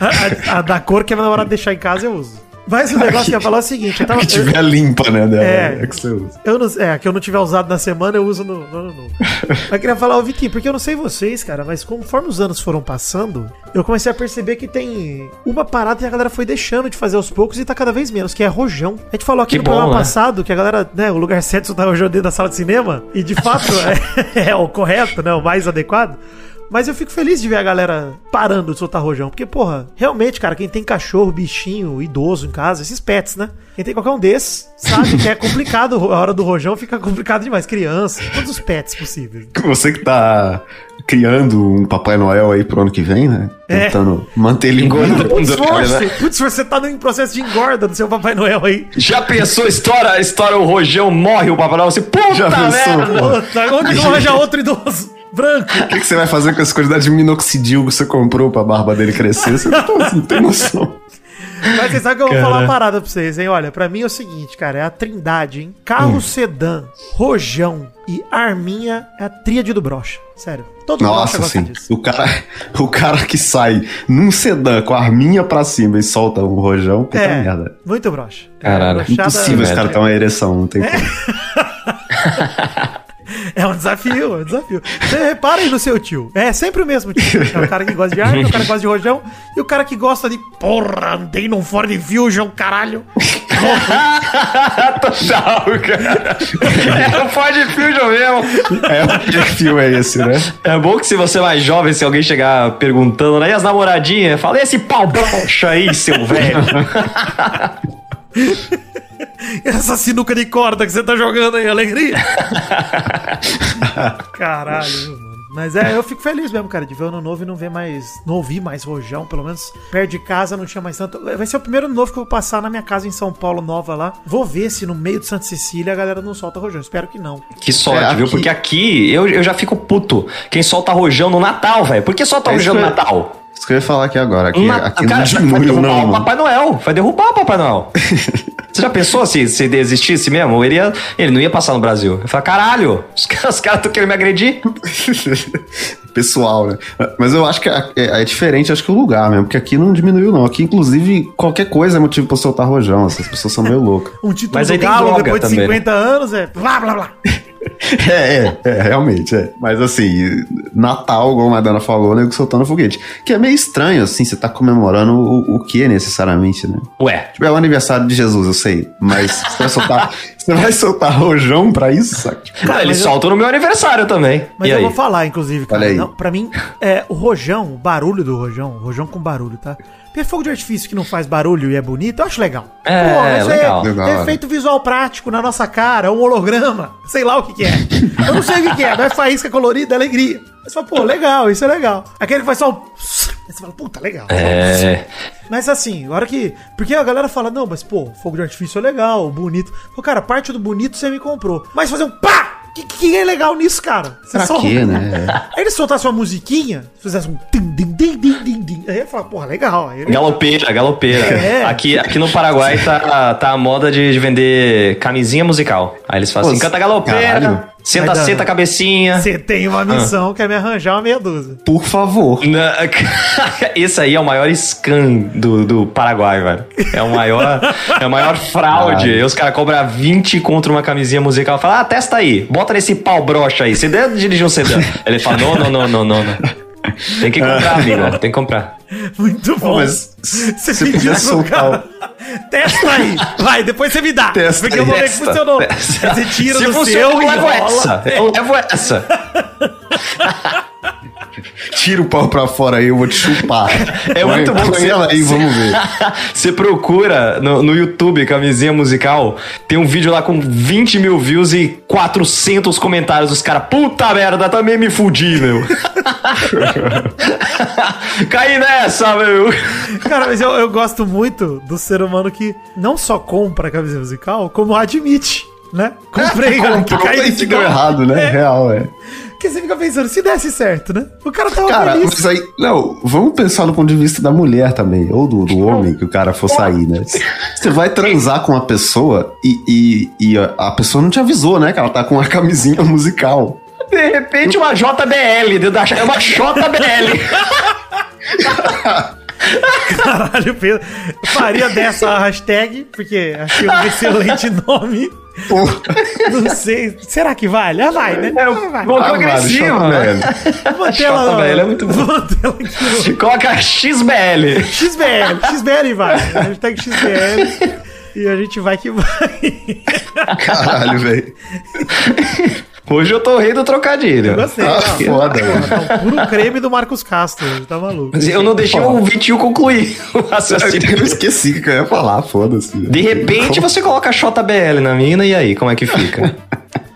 B: a, a- a da cor que a minha namorada deixar em casa eu uso. Mas o negócio que eu ia falar é o seguinte: eu tava.
D: Que tiver limpa, né, dela?
B: É.
D: É. que você usa.
B: Eu não, é, a que eu não tiver usado na semana, eu uso no, no ano novo. Mas eu queria falar, ô Vitinho, porque eu não sei vocês, cara, mas conforme os anos foram passando, eu comecei a perceber que tem uma parada que a galera foi deixando de fazer aos poucos e tá cada vez menos, que é rojão. A gente falou aqui
C: Que
B: no
C: bom,
B: programa
C: né?
B: passado que a galera, né, o lugar certo só tá rojão dentro da sala de cinema, e de fato é, é o correto, né, o mais adequado. Mas eu fico feliz de ver a galera parando de soltar rojão. Porque, porra, realmente, cara, quem tem cachorro, bichinho, idoso em casa, esses pets, né? Quem tem qualquer um desses, sabe que é complicado. A hora do rojão fica complicado demais. Criança, todos os pets possíveis.
D: Você que tá criando um Papai Noel aí pro ano que vem, né?
B: É.
D: Tentando manter ele engordando.
B: Putz, esforço! Putz, você tá em processo de engorda do seu Papai Noel aí.
C: Já pensou, estoura, estoura o rojão, morre o paparazzo, você, puta
D: Já pensou,
C: merda!
D: porra?
B: Puta, Onde que eu vou arranjar outro idoso? Branco.
D: O que, que você vai fazer com essa quantidade de minoxidil que você comprou pra barba dele crescer? Você não, tá- não tem noção.
B: Mas vocês sabem que eu vou falar uma parada pra vocês, hein? Olha, pra mim é o seguinte, cara, é a trindade, hein? Carro sedã, rojão e arminha é a tríade do brocha. Sério. Todo
D: Nossa, assim, o cara, o cara que sai num sedã com a arminha pra cima e solta um rojão, puta
B: É,
D: merda.
B: muito brocha.
C: Caralho,
B: é, brochada-
D: Impossível
C: merda.
D: esse cara ter uma ereção, não tem como.
B: é um desafio, é um desafio. Você repara aí no seu tio. É sempre o mesmo tio. É o cara que gosta de arma, é o cara que gosta de rojão e o cara que gosta de. Porra, andei num Ford Fusion, caralho.
C: Total, cara. É
D: um
C: o Ford Fusion mesmo.
D: É, o perfil é esse, né?
C: É bom que se você é mais jovem, se alguém chegar perguntando, né? E as namoradinhas? Fala, e esse pau broxa aí, seu velho?
B: Essa sinuca de corda que você tá jogando aí, alegria. Caralho, mano. Mas é, eu fico feliz mesmo, cara, de ver o ano novo e não ver mais. Não ouvir mais rojão, pelo menos perto de casa, não tinha mais tanto. Vai ser o primeiro ano novo que eu vou passar na minha casa em São Paulo, nova lá. Vou ver se no meio de Santa Cecília a galera não solta rojão. Espero que não.
C: Que sorte,
D: É, aqui-
C: viu? Porque aqui eu, eu já fico puto. Quem solta rojão no Natal, velho? Por que solta
D: É isso
C: rojão no
D: que eu-
C: Natal?
D: Isso que eu ia falar aqui agora. Aqui,
C: Na-
D: aqui
C: cara, vai
D: não diminui,
C: derrubar
D: não,
C: o
D: mano.
C: Papai Noel. Vai derrubar o Papai Noel. Você já pensou se, se existisse mesmo? Ele, ia- ele não ia passar no Brasil. Eu falo, caralho, os caras estão querendo me agredir.
D: Pessoal, né? Mas eu acho que é, é diferente, acho que o lugar mesmo, porque aqui não diminuiu, não. Aqui, inclusive, qualquer coisa é motivo pra soltar rojão. Essas pessoas são meio loucas.
B: Um título
C: Mas
B: do
C: aí tem
B: Galo
C: droga
B: depois de
C: também, né?
B: 50 anos é blá blá blá.
D: É, é, é, realmente, é. Mas assim, Natal, como a Dana falou, né? Soltando foguete. Que é meio estranho, assim, você tá comemorando o, o que necessariamente, né?
C: Ué,
D: Tipo, é o aniversário de Jesus, eu sei. Mas você vai soltar. você vai soltar rojão pra isso, saca?
C: cara, eles
B: mas eu-
C: soltam no meu aniversário também.
B: Mas
C: e
B: eu
C: aí?
B: vou falar, inclusive, cara.
D: Olha aí.
B: Não, pra mim, é, o rojão, o barulho do rojão, o rojão com barulho, tá? Ter fogo de artifício que não faz barulho e é bonito, eu acho legal.
C: É,
B: isso
C: legal.
B: é
D: Legal.
B: efeito visual prático na nossa cara, um holograma, sei lá o que que é. Eu não sei o que que é, mas é faísca colorida, é alegria. Mas você fala, pô, legal, isso é legal. Aquele que faz só um... Aí você fala, puta, legal.
C: É.
B: Mas assim, a hora que. Porque a galera fala, não, mas pô, fogo de artifício é legal, bonito. Pô, cara, parte do bonito você me comprou. Mas fazer um pá! Que, que é legal nisso, cara? Você
D: Pra
B: só-
D: quê, né?
B: Aí ele soltasse uma musiquinha, fizesse um tim, din, din, din, din, din. Aí eu falo, porra, legal. Aí ele-
C: Galopeira, galopeira.
B: É.
C: Aqui, aqui no Paraguai tá, tá a moda de, de vender camisinha musical. Aí eles falam
D: Pô,
C: assim: canta galopeira,
D: caralho.
C: senta,
B: Vai dando.
C: senta a cabecinha.
B: Você tem uma missão que é me arranjar uma meia dúzia.
D: Por favor.
C: Na- Esse aí é o maior scam do, do Paraguai, velho. É o maior, é o maior fraude.
D: Caralho.
C: Os caras cobram 20 contra uma camisinha musical. Fala, ah, testa aí, bota nesse pau broxa aí. Você deve dirigir um sedã. Ele fala, não, não, não, não, não, não. Tem que comprar, amigo. Tem que comprar.
B: Muito bom.
D: mas
B: você
D: se
B: pediu
D: puder
B: isso, cara. Testa aí. Vai, depois você me dá.
D: Testa
B: porque eu vou ver que
C: Testa,
B: funcionou.
C: testa.
B: Você tira
C: Se é
B: do
C: funcionou,
B: seu e
C: eu levo
B: rola.
C: essa. Eu levo essa.
D: Tira o pau pra fora aí, eu vou te chupar.
C: É
D: Põe-
C: muito bom
D: Põe ela aí, vamos ver.
C: Você procura no, no YouTube camisinha musical, tem um vídeo lá com 20 mil views e 400 comentários dos caras. Puta merda, também me fudi, meu. Caí nessa, meu.
B: Cara, mas eu, eu gosto muito do ser humano que não só compra a camisa musical, como admite, né? Comprei, cara, que
D: Comprou
B: caiu
D: e
B: esse
D: ficou
B: gol.
D: errado, né?
B: É.
D: Real, é.
B: Porque você fica pensando, se desse certo, né? O cara tava
D: Cara,
B: feliz.
D: mas aí. Não, vamos pensar do ponto de vista da mulher também, ou do, do homem que o cara for sair, né? Você vai transar com uma pessoa e, e, e a- a pessoa não te avisou, né? Que ela tá com uma camisinha musical.
C: De repente uma JBL, dentro da- é uma JBL.
B: Caralho, Pedro. Faria dessa a hashtag, porque achei um excelente nome.
C: Um
B: Não sei. Será que vale? Ah, vai, né?
C: É,
B: Ah, vai.
C: colocou agressivo, né?
B: Vou manter
C: a
B: ela-
C: JBL é muito boa.
B: vou manter ela aqui.
C: Coloca XBL.
B: XBL, XBL vai. tá Hashtag XBL. E a gente vai que vai.
D: Caralho, velho.
C: Hoje eu tô o rei do trocadilho.
B: Gostei.
D: Tá
C: É.
B: não.
D: foda, velho.
B: Tá um puro creme do Marcos Castro, ele tá maluco.
C: Mas Eu não deixei o Vitinho concluir o raciocínio.
D: Eu esqueci o que eu ia falar, foda-se.
C: Assim. De repente você coloca JBL na mina e aí, como é que fica?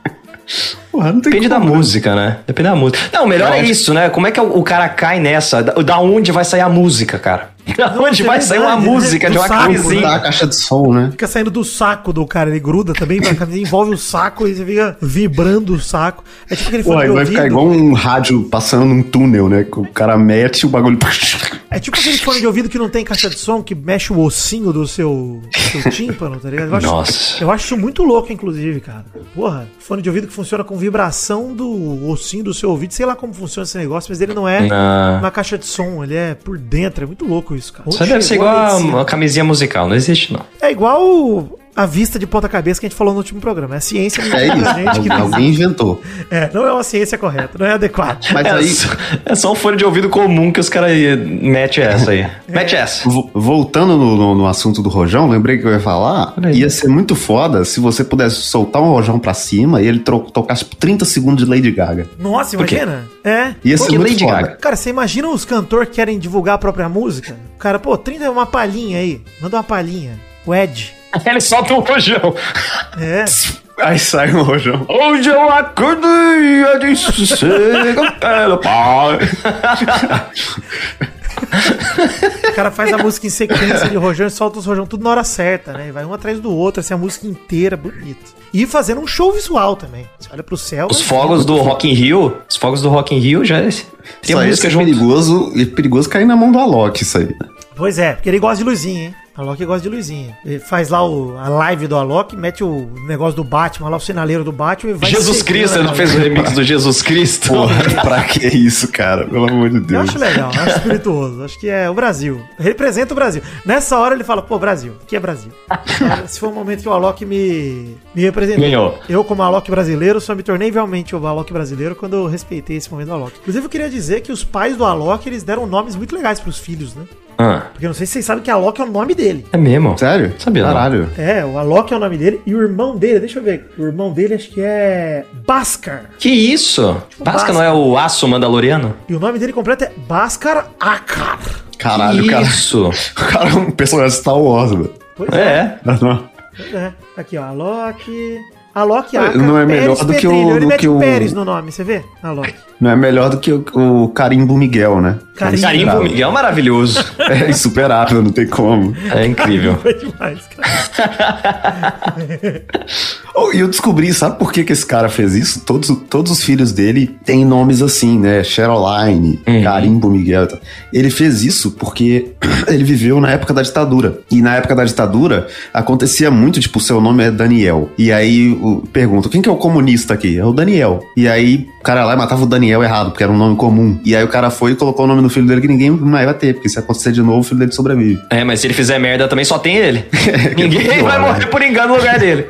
D: Porra, não tem
C: Depende da
D: como, né?
C: música, né? Depende da música. Não, o melhor é isso, né? Como é que o o cara cai nessa? Da da onde vai sair a música, cara? Da onde
B: é
C: vai sair uma
B: verdade,
C: música
B: né?
C: de
B: Do
C: uma
B: saco,
C: camisinha?
D: Tá a caixa de som, né?
B: Fica saindo do saco do cara, ele gruda também, vai, envolve o saco e você fica vibrando o saco. É tipo aquele
D: Pô,
B: fone
D: aí
B: de
D: vai ficar
B: ouvido.
D: igual um rádio passando num túnel, né? Que o cara mete o bagulho.
B: É tipo aquele fone de ouvido que não tem caixa de som, que mexe o ossinho do seu, do seu tímpano, tá ligado? Eu acho,
C: Nossa.
B: Eu acho isso muito louco, inclusive, cara. Porra, fone de ouvido que funciona com vibração do ossinho do seu ouvido, sei lá como funciona esse negócio, mas ele não é
C: Não.
B: na caixa de som, ele é por dentro, é muito louco isso, cara.
C: Isso
B: Onde
C: deve ser
B: chegou
C: igual a
B: medicina?
C: uma camisinha musical, não existe não.
B: É igual o- a vista de ponta-cabeça que a gente falou no último programa. É a ciência
D: É
B: mostrando pra gente que
D: isso.
B: não
D: Alguém inventou.
B: é, não é uma ciência correta, não é adequada.
D: Mas
C: É,
D: aí,
C: só, é só um fone de ouvido comum que os caras eh, mete essa aí.
D: É.
C: Mete essa.
D: vo- voltando no, no- no assunto do rojão, lembrei que eu ia falar.
C: Olha aí.
D: Ia ser muito foda se você pudesse soltar um rojão pra cima e ele tro- tocasse por 30 segundos de Lady Gaga.
B: Nossa,
C: quê?
B: imagina? É.
D: Ia ser
C: que
D: muito
C: Lady
D: foda.
C: Gaga?
B: Cara, você imagina os cantores que querem divulgar a própria música? O cara, pô, 30 é uma palhinha aí. Manda uma palhinha. O Ed.
C: Ele solta um rojão.
B: É.
D: Aí sai um rojão.
C: Hoje eu acordei, eu disse, "Chega, pelo pai.
B: O cara faz a música em sequência de rojão e solta os rojão tudo na hora certa, né? E Vai um atrás do outro, assim, a música inteira, bonito. E fazendo um show visual também. Você olha pro céu.
C: Os
B: né?
C: fogos do Rock in Rio, os fogos do Rock in Rio já tem
D: Isso aí
C: música
D: é
C: junto.
D: perigoso, é perigoso cair na mão do Alok, isso aí.
B: Pois é, porque ele gosta de luzinha, hein? Alok gosta de luzinha. Ele faz lá o- a live do Alok, mete o negócio do Batman lá, o sinaleiro do Batman e vai.
C: Jesus
B: seguindo,
C: Cristo, ele não
B: né?
C: fez o remix do Jesus Cristo.
D: Porra, pra que isso, cara? Pelo amor de
B: Eu
D: Deus.
B: acho legal, eu acho espirituoso. Acho que é o Brasil. Representa o Brasil. Nessa hora ele fala, pô, Brasil, que é Brasil. Esse foi o momento que o Alok me, me representou.
C: Ganhou.
B: Eu, como Alok brasileiro, só me tornei realmente o Alok brasileiro quando eu respeitei esse momento do Alok. Inclusive, eu queria dizer que os pais do Alok, eles deram nomes muito legais pros filhos, né?
C: Ah,
B: Porque eu não sei se vocês sabem que Alok é o nome dele.
C: é mesmo.
D: Sério?
C: Sabia não.
D: Caralho.
B: É, o Alok é o nome dele. E o irmão dele, deixa eu ver. O irmão dele acho que é Bhaskar.
C: Que isso? Basca não é o aço mandaloriano?
B: E o nome dele completo é Bhaskar Akar.
D: Caralho,
C: que
D: cara.
C: Isso.
D: O cara é um personagem Star Wars, velho.
B: Pois é.
C: É.
D: Não,
B: É. Aqui, ó, Alok. Alok ah,
D: Não
B: Aka,
D: é melhor do que o-
B: Pedrilho. Ele
D: do
B: mete
D: que o-
B: Pérez no nome, você vê? Alok.
D: não é melhor do que o, o Carimbo Miguel, né?
B: Carimbo.
C: Carimbo
D: Insuperável.
C: Miguel é maravilhoso.
D: É insuperável, não tem como.
C: É incrível.
B: Foi demais, cara.
D: Oh, E eu descobri, sabe por que, que esse cara fez isso? Todos, todos os filhos dele têm nomes assim, né? Cheroline,
C: Uhum.
D: Carimbo Miguel. e tal. Ele fez isso porque ele viveu na época da ditadura. E na época da ditadura acontecia muito, tipo, seu nome é Daniel. E aí o- pergunta, quem que é o comunista aqui? É o Daniel. E aí o cara lá matava o Daniel errado, porque era um nome comum. E aí o cara foi e colocou o nome do filho dele que ninguém mais vai ter, porque se acontecer de novo, o filho dele sobrevive.
C: É, mas se ele fizer merda também só tem ele. Ninguém
D: pior,
C: vai
D: né?
C: morrer por engano no lugar dele.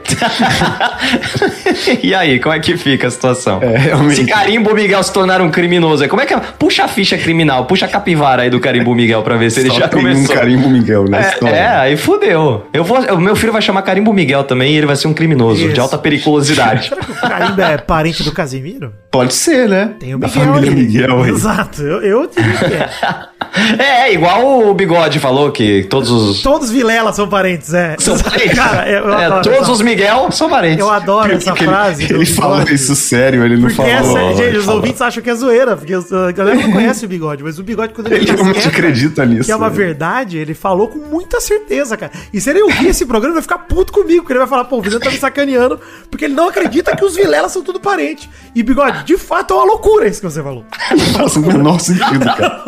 C: e aí, como é que fica a situação?
D: É, realmente.
C: Se Carimbo Miguel se tornar um criminoso, aí, como é que é? Puxa a ficha criminal, puxa a capivara aí do Carimbo Miguel pra ver se ele
D: Só
C: já
D: tem um
C: começou.
D: Carimbo Miguel na
C: É,
D: história.
C: é, aí fudeu. Eu vou, o meu filho vai chamar Carimbo Miguel também e ele vai ser um criminoso
B: Isso.
C: de alta periculosidade.
B: Será que o Carimbo é parente do Casimiro?
D: Pode ser, né?
B: Tem o
D: da
B: Miguel
D: família
B: aí.
D: Miguel aí.
B: Exato, eu, eu diria que é.
C: é, é, igual o Bigode falou que todos os.
B: Todos Vilela são parentes, é.
C: São parentes.
B: Cara, eu, eu
C: É,
B: adoro.
C: todos
B: essa,
C: os Miguel são parentes.
B: Eu adoro essa
D: Porque ele-
B: frase. do
D: Ele, falou
B: bigode.
D: isso sério, ele não
B: Porque
D: falou.
B: essa, gente, os
D: falou.
B: ouvintes acham que é zoeira, porque os- a galera não conhece o bigode, mas o bigode, quando
D: Ele
B: fez
D: realmente
B: essa-
D: acredita nisso.
B: que é uma
D: né?
B: verdade, ele falou com muita certeza, cara. E se ele ouvir esse programa, ele vai ficar puto comigo, porque ele vai falar, pô, o Vilela tá me sacaneando, porque ele não acredita que os Vilelas são tudo parente. E, bigode, de fato é uma loucura isso que você falou.
D: assim, Não faz o menor sentido, cara.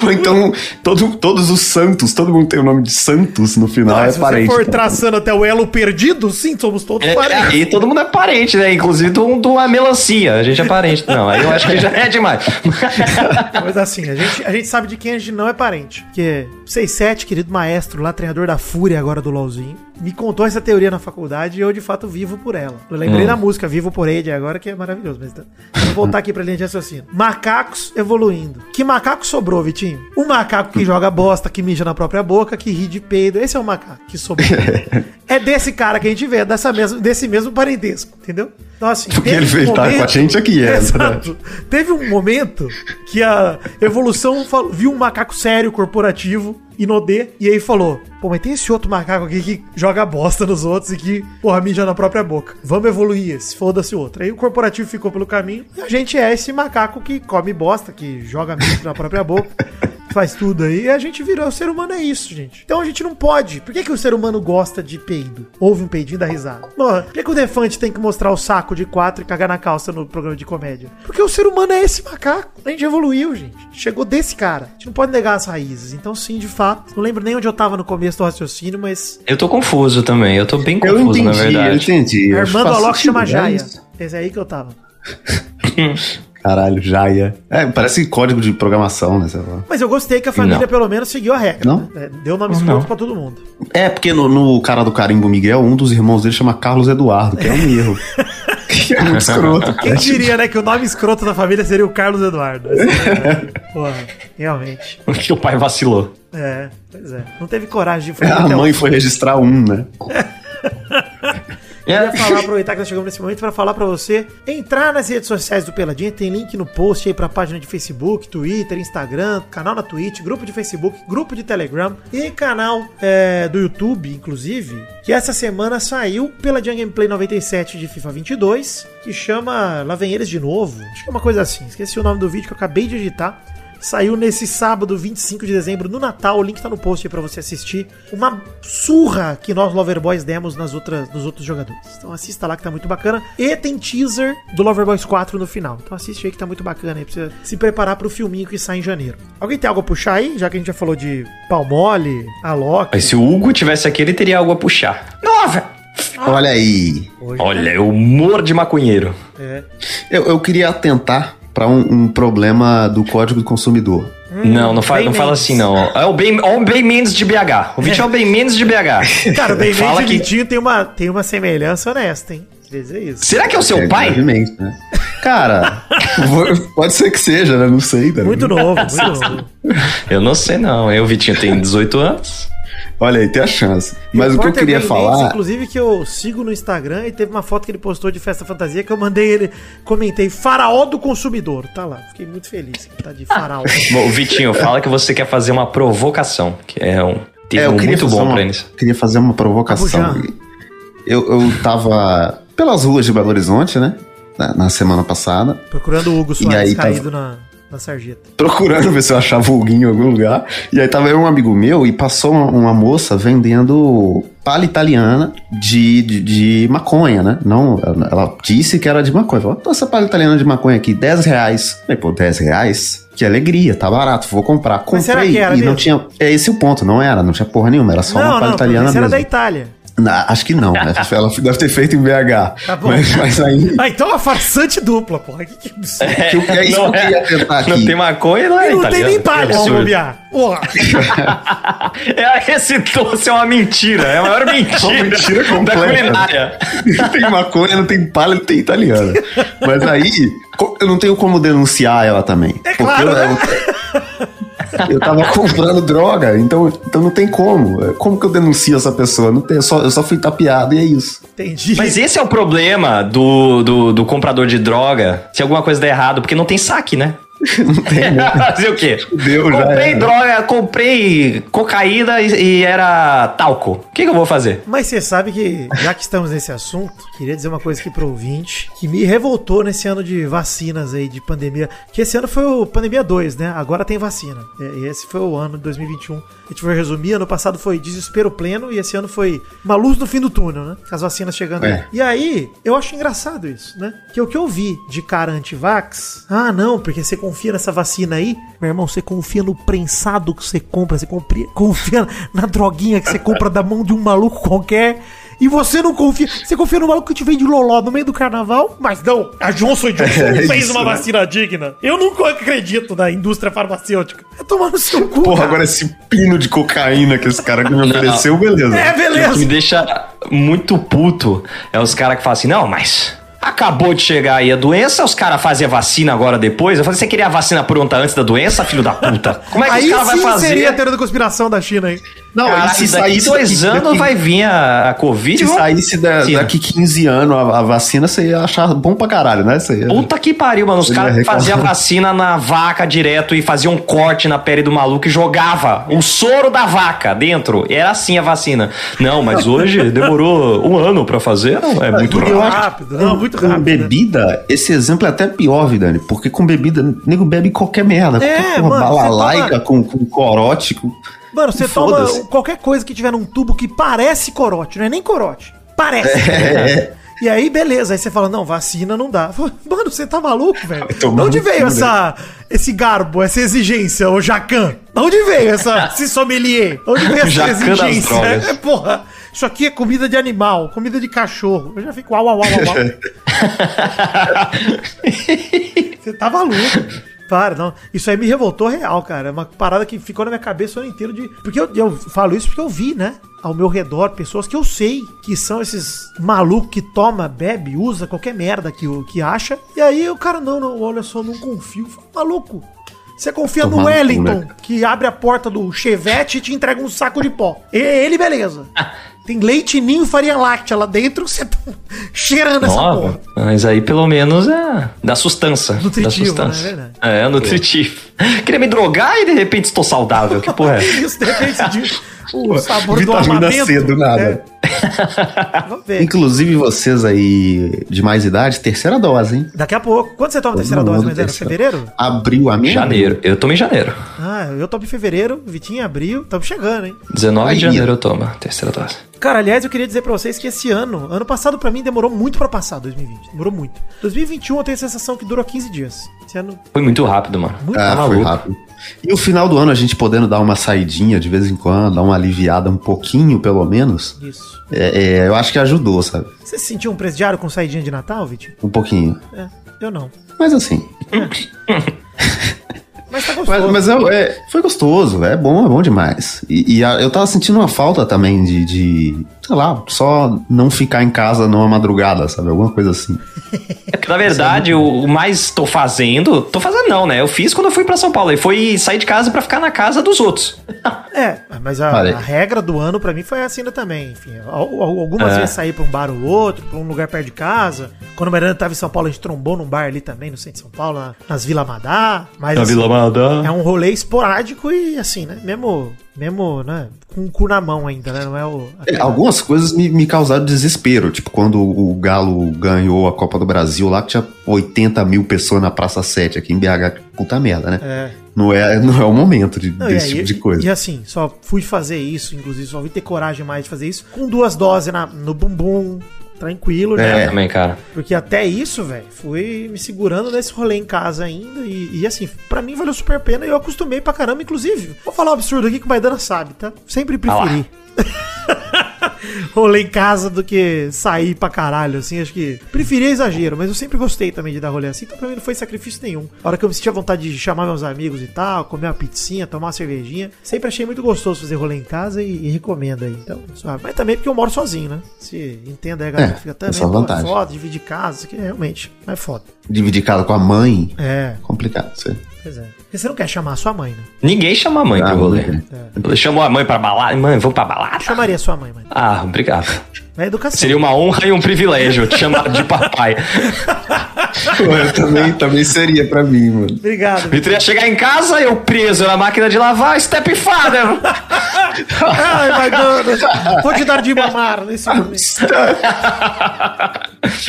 D: Pô, então, todo- todos os santos, todo mundo tem o nome de santos no final, é
B: se
D: parente.
B: você for traçando até o elo perdido, sim, somos todos
C: É,
B: parentes.
C: aí todo mundo é parente, né? Inclusive de um- de uma melancia. A gente é parente. Não, aí eu acho que já é demais.
B: Mas assim, a gente, a gente sabe de quem a gente não é parente. Porque 67, querido maestro, lá treinador da Fúria agora do LOLzinho, me contou essa teoria na faculdade e eu de fato vivo por ela. Eu lembrei
D: Hum.
B: da música Vivo por Age agora, que é maravilhoso, mas tá- vou voltar aqui pra linha de raciocínio. Macacos evoluindo. Que macaco sobrou, Vitinho? Um macaco que joga bosta, que mija na própria boca, que ri de peido. Esse é o macaco que sobrou. é desse cara que a gente vê, é dessa mesmo, desse mesmo parentesco, entendeu? Então assim,
D: Porque
B: teve
D: ele veio estar com a gente aqui, é,
B: Exato. Teve um momento que a evolução falou- viu um macaco sério, corporativo, inodê, e aí falou: pô, mas tem esse outro macaco aqui que joga bosta nos outros e que, porra, mija na própria boca. Vamos evoluir esse, foda-se o outro. Aí o corporativo ficou pelo caminho e a gente é esse macaco que come bosta, que joga mijo na própria boca. faz tudo aí, e a gente virou. O ser humano é isso, gente. Então a gente não pode. Por que, que o ser humano gosta de peido? Ouve um peidinho da risada. Porra, por que, que o defante tem que mostrar o saco de quatro e cagar na calça no programa de comédia? Porque o ser humano é esse macaco. A gente evoluiu, gente. Chegou desse cara. A gente não pode negar as raízes. Então, sim, de fato. Não lembro nem onde eu tava no começo do raciocínio, mas
C: Eu tô confuso também. Eu tô bem
D: Eu
C: confuso, na
D: entendi, eu
C: verdade.
D: entendi. Eu
B: Armando
D: faço
B: Alok chama
D: sentido, é
B: Jaia.
D: isso.
B: Esse aí que eu tava.
C: Hum.
D: Caralho, Jaia. É, parece código de programação, né? sei lá.
B: Mas eu gostei que a família,
C: Não.
B: pelo menos, seguiu a regra.
D: Não?
B: né? É, Deu nomes prontos pra todo mundo.
D: É, porque no, no cara do Carimbo Miguel, um dos irmãos dele chama Carlos Eduardo, que é um erro. Que é muito escroto.
B: Quem
D: cara.
B: diria, né, que o nome escroto da família seria o Carlos Eduardo? Porra, realmente.
C: Que o pai vacilou.
B: É, pois é. Não teve coragem de então.
D: A
B: até o
D: mãe foi registrar um, né?
C: É.
B: Eu queria falar, aproveitar que nós chegamos nesse momento para falar para você entrar nas redes sociais do Peladinha. Tem link no post aí para página de Facebook, Twitter, Instagram, canal na Twitch, grupo de Facebook, grupo de Telegram e canal é, do YouTube, inclusive. Que essa semana saiu Peladinha Gameplay 97 de FIFA 22, que chama Lá Vem Eles de Novo. Acho que é uma coisa assim. Esqueci o nome do vídeo que eu acabei de editar. Saiu nesse sábado, 25 de dezembro, no Natal. O link tá no post aí pra você assistir. Uma surra que nós Loverboys demos nas outras, nos outros jogadores. Então assista lá que tá muito bacana. E tem teaser do Loverboys 4 no final. Então assiste aí que tá muito bacana aí. Precisa se preparar pro filminho que sai em janeiro. Alguém tem algo a puxar aí? Já que a gente já falou de Palmole, Alok.
C: Mas se o Hugo tivesse aqui, ele teria algo a puxar. Nova!
D: Olha aí.
B: Hoje,
C: Olha, o humor de maconheiro.
B: É.
D: Eu, eu queria atentar pra um, um problema do Código do Consumidor.
C: não, não, fala,
B: Ben
C: não fala
B: Mendes.
C: assim, não. É o Ben, ó, o ben Mendes de BH. O Vitinho é, o Ben Mendes de BH.
B: Cara, o Beyblade
C: Fala
B: e o
C: que-
B: Vitinho tem uma, tem uma semelhança honesta, hein? Às vezes é isso.
C: Será que é o seu
D: É,
C: pai?
D: gravemente, né? Cara, vou- pode ser que seja, né? Não sei. né?
B: Muito novo, muito novo.
C: Eu não sei, não. Eu, Vitinho, tem 18 anos.
D: Olha aí, tem a chance. Mas o que eu
B: Porter
D: queria
B: Bem
D: falar.
B: Mendes, inclusive, que eu sigo no Instagram e teve uma foto que ele postou de festa fantasia que eu mandei ele, comentei, faraó do consumidor. Tá lá, fiquei muito feliz que tá de
D: Ah.
B: faraó.
C: Bom, Vitinho, fala que você quer fazer uma provocação, que é um
D: É, eu
C: termo
D: queria
C: muito
D: fazer
C: bom
D: uma,
C: pra eles.
D: Queria fazer uma provocação.
B: Abujam.
D: Eu, eu tava pelas ruas de Belo Horizonte, né? Na, na semana passada,
B: Procurando o Hugo Soares
D: aí, tá-
B: caído na, na sarjeta.
D: procurando ver se eu achava o Huguinho em algum lugar. E aí tava eu e um amigo meu e passou uma, uma moça vendendo palha italiana de, de, de maconha, né? Não, ela- ela disse que era de maconha. Falou, "Pô, essa palha italiana de maconha aqui, 10 reais. Falei, pô, 10 reais? Que alegria, tá barato, vou comprar. Comprei
B: Mas será que era
D: e
B: mesmo?
D: não tinha. É esse o ponto, não era, não tinha porra nenhuma, era só uma palha italiana
B: esse era
D: mesmo.
B: da Itália.
D: Na- acho que não, né? Ela deve ter feito em BH.
B: Tá bom.
D: Mas, mas aí.
B: Ah, então é uma farsante dupla, porra. Que, que absurdo.
D: que eu- é isso
C: não
D: que eu
C: é-
D: queria tentar aqui.
C: Não tem maconha, não é
B: E não tem
C: italiano.
B: nem palha,
C: É
B: vamos
C: absurdo.
B: bobear. Porra.
C: É, esse doce é uma mentira. É a maior mentira,
D: Uma mentira completa.
C: da culinária.
D: Não tem maconha, não tem palha, não tem italiana. Mas aí, co- eu não tenho como denunciar ela também. É
B: claro,
D: eu,
B: né?
D: eu tava comprando droga, então, então não tem como. Como que eu denuncio essa pessoa? Não tem, eu, só, eu só fui tapeado e é isso.
B: Entendi.
C: Mas esse é o problema do, do, do comprador de droga. Se alguma coisa der errado, porque não tem saque, né?
D: Não tem, né?
C: Fazer o quê?
D: Fudeu, já
C: comprei
D: era.
C: droga, comprei cocaína e, e era talco. O que, que eu vou fazer?
B: Mas você sabe que, já que estamos nesse assunto, queria dizer uma coisa aqui pro ouvinte, que me revoltou nesse ano de vacinas aí, de pandemia. Que esse ano foi o Pandemia 2, né? Agora tem vacina. E- E esse foi o ano de 2021. A gente vai resumir, ano passado foi desespero pleno e esse ano foi uma luz no fim do túnel, né? Com As vacinas chegando.
D: É.
B: E aí, eu acho engraçado isso, né? Que o que eu vi de cara anti-vax, ah, não, porque você confia nessa vacina aí, meu irmão, você confia no prensado que você compra, você compri- confia na droguinha que você compra da mão de um maluco qualquer. E você não confia. Você confia no maluco que te vende loló no meio do carnaval? Mas não, a Johnson Johnson
D: É
B: fez
D: isso,
B: uma
D: né?
B: vacina digna. Eu nunca acredito na indústria farmacêutica. É tomar no seu cu.
D: Porra,
B: cara.
D: agora esse pino de cocaína que esse cara que me ofereceu, beleza.
B: É,
C: O que me
B: beleza.
C: deixa muito puto é os caras que falam assim, não, mas acabou de chegar aí a doença, os caras fazem a vacina agora depois. Eu falei, você queria a vacina pronta antes da doença, filho da puta? Como é que
B: Aí
C: os caras vão
B: sim
C: fazer?
B: seria a teoria da conspiração da China, hein?
D: Não,
C: Caralho,
D: e se
C: daqui
D: saísse
C: dois
D: daqui-
C: anos vai vir a, a Covid.
D: Se
C: vamos-
D: saísse da-
C: Vacina.
D: daqui 15 anos a, a vacina, você ia achar bom pra caralho, né? Você ia...
C: Puta que pariu, mano. Os
D: Ele
C: caras
D: vai
C: faziam a
D: reclamar.
C: vacina na vaca direto e faziam um corte na pele do maluco e jogava o soro da vaca dentro. Era assim a vacina. Não, mas hoje demorou um ano pra fazer. Não, é muito
D: Eu
C: rápido.
D: acho que
B: Rápido, não,
D: com-
B: muito
D: Com
B: rápido, né?
D: bebida, esse exemplo é até pior, Vidani, porque com bebida, o nego bebe qualquer merda.
B: É,
D: com uma
B: mano,
D: balalaica,
B: você toma-
D: com, com corote. Com...
B: Mano, você toma um,
D: Foda-se.
B: qualquer coisa que tiver num tubo que parece corote, não é nem corote. Parece. tá
C: É.
D: É,
B: E aí, beleza. Aí você fala, não, vacina não dá. Mano, você tá maluco, velho? De
D: tomar
B: onde
D: no
C: né?
B: veio
D: cu,
B: essa, esse garbo, essa exigência, ô Jacan? De onde veio essa, esse sommelier? De onde veio essa
C: Jacan das
B: exigência?
C: drogas.
B: É, porra, isso aqui é comida de animal, comida de cachorro. Eu já fico, uau, uau, uau, uau, uau. Você tá maluco. Para, não. Isso aí me revoltou real, cara. É uma parada que ficou na minha cabeça o ano inteiro de. Porque eu, eu falo isso porque eu vi, né? Ao meu redor, pessoas que eu sei que são esses malucos que toma, bebe, usa qualquer merda que, o- que acha. E aí o cara, não, não, olha só, não confio. Eu falo, Maluco, você confia
D: Tomar
B: no
D: no cu,
B: Wellington,
D: né?
B: que abre a porta do chevette e te entrega um saco de pó. E- Ele, beleza. Tem leite, ninho e farinha láctea lá dentro, você tá cheirando essa porra.
C: Nova, mas aí pelo menos é da sustância.
B: Nutritivo,
C: da sustância.
B: né?
C: É, nutritivo. Queria me drogar e de repente estou saudável. Que porra é?
B: Isso, de repente, de- o sabor do
D: Vitamina
B: armamento.
D: C do nada.
B: É. Vamos ver.
D: Inclusive vocês aí de mais idade, terceira dose, hein?
B: Daqui a pouco. Quando você toma a
D: Todo
B: terceira dose,
D: mundo
B: mas era
D: terceira.
B: fevereiro?
D: Abril, a minha?
C: Janeiro. Eu tomo em janeiro.
B: Ah, eu tomo em fevereiro, Vitinho em abril, estamos chegando, hein?
C: 19 de
D: Aí.
C: janeiro eu tomo a terceira dose.
B: Cara, aliás, eu queria dizer pra vocês que esse ano, ano passado pra mim demorou muito pra passar, 2020. Demorou muito. 2021 eu tenho a sensação que durou 15 dias. Esse ano,
C: Foi muito rápido, mano.
B: muito
D: Ah,
C: Tá
D: foi
C: maluco.
D: rápido. E o final do ano a gente podendo dar uma saidinha de vez em quando, dar uma aliviada um pouquinho, pelo menos.
B: isso.
D: É, é, eu acho que ajudou, sabe?
B: Você se sentiu um presidiário com saidinha de Natal, Vitinho?
D: Um pouquinho.
B: É, eu não.
D: Mas assim.
B: Mas tá gostoso.
D: Mas, mas é- é- foi gostoso, é bom, é bom demais. E, e a- eu tava sentindo uma falta também de, de, sei lá, só não ficar em casa numa madrugada, sabe? Alguma coisa assim.
C: É porque, na verdade, o, o mais tô fazendo. Tô fazendo não, né? Eu fiz quando eu fui pra São Paulo. E foi sair de casa pra ficar na casa dos outros.
B: É, mas a,
D: Olha aí.
B: a regra do ano pra mim foi assim ainda também. Enfim, al- al- algumas
C: É.
B: vezes saí pra um bar ou outro, pra um lugar perto de casa. Quando o Miranda tava em São Paulo, a gente trombou num bar ali também, no centro de São Paulo, na- nas Vila Madá. Mas, assim,
C: Madá.
B: É um rolê esporádico e assim, né? Mesmo, mesmo né? Com o cu na mão ainda, né? Não é o.
D: É, algumas coisas me, me causaram desespero, tipo quando o Galo ganhou a Copa do Brasil lá, que tinha 80 mil pessoas na Praça 7 aqui em BH. Puta merda, né?
B: É.
D: Não, é, não é o momento de-
B: Não,
D: desse
B: e aí-
D: tipo de coisa.
B: E assim, só fui fazer isso, inclusive, só fui ter coragem mais de fazer isso, com duas doses na, no bumbum, tranquilo, né?
C: É, também, cara.
B: Porque até isso, velho, fui me segurando nesse rolê em casa ainda. E, e, assim, pra mim valeu super a pena e eu acostumei pra caramba, inclusive. Vou falar um absurdo aqui que o Maidana sabe, tá? Sempre
C: lá.
B: preferi. rolê em casa do que sair pra caralho, assim. Acho que preferia exagero, mas eu sempre gostei também de dar rolê assim. Então pra mim não foi sacrifício nenhum. A hora que eu me sentia vontade de chamar meus amigos e tal, comer uma pizzinha, tomar uma cervejinha. Sempre achei muito gostoso fazer rolê em casa e, e recomendo aí. Então, suave. Mas também porque eu moro sozinho, né? Se entenda aí, galera.
D: É,
B: fica também
D: essa é a
B: pô,
D: vantagem.
B: foda, dividir casa, isso aqui é realmente é foda.
D: Dividir casa com a mãe,
B: É,
D: complicado isso aí.
B: pois é. Porque você não quer chamar a sua mãe, né?
C: Ninguém chama a mãe
D: Ah,
C: pro Tá, rolê.
D: é.
C: Chamou a mãe pra balada. Mãe, vou pra balada.
B: Chamaria a sua mãe, mano.
C: Ah, obrigado.
B: É educação.
C: Seria uma honra e um privilégio te chamar de papai.
D: Eu também, também seria pra mim, mano.
B: Obrigado.
C: Vitor ia chegar em casa, eu preso na máquina de lavar, stepfather.
B: Ai, Maidana. Vou te dar de mamar nesse momento.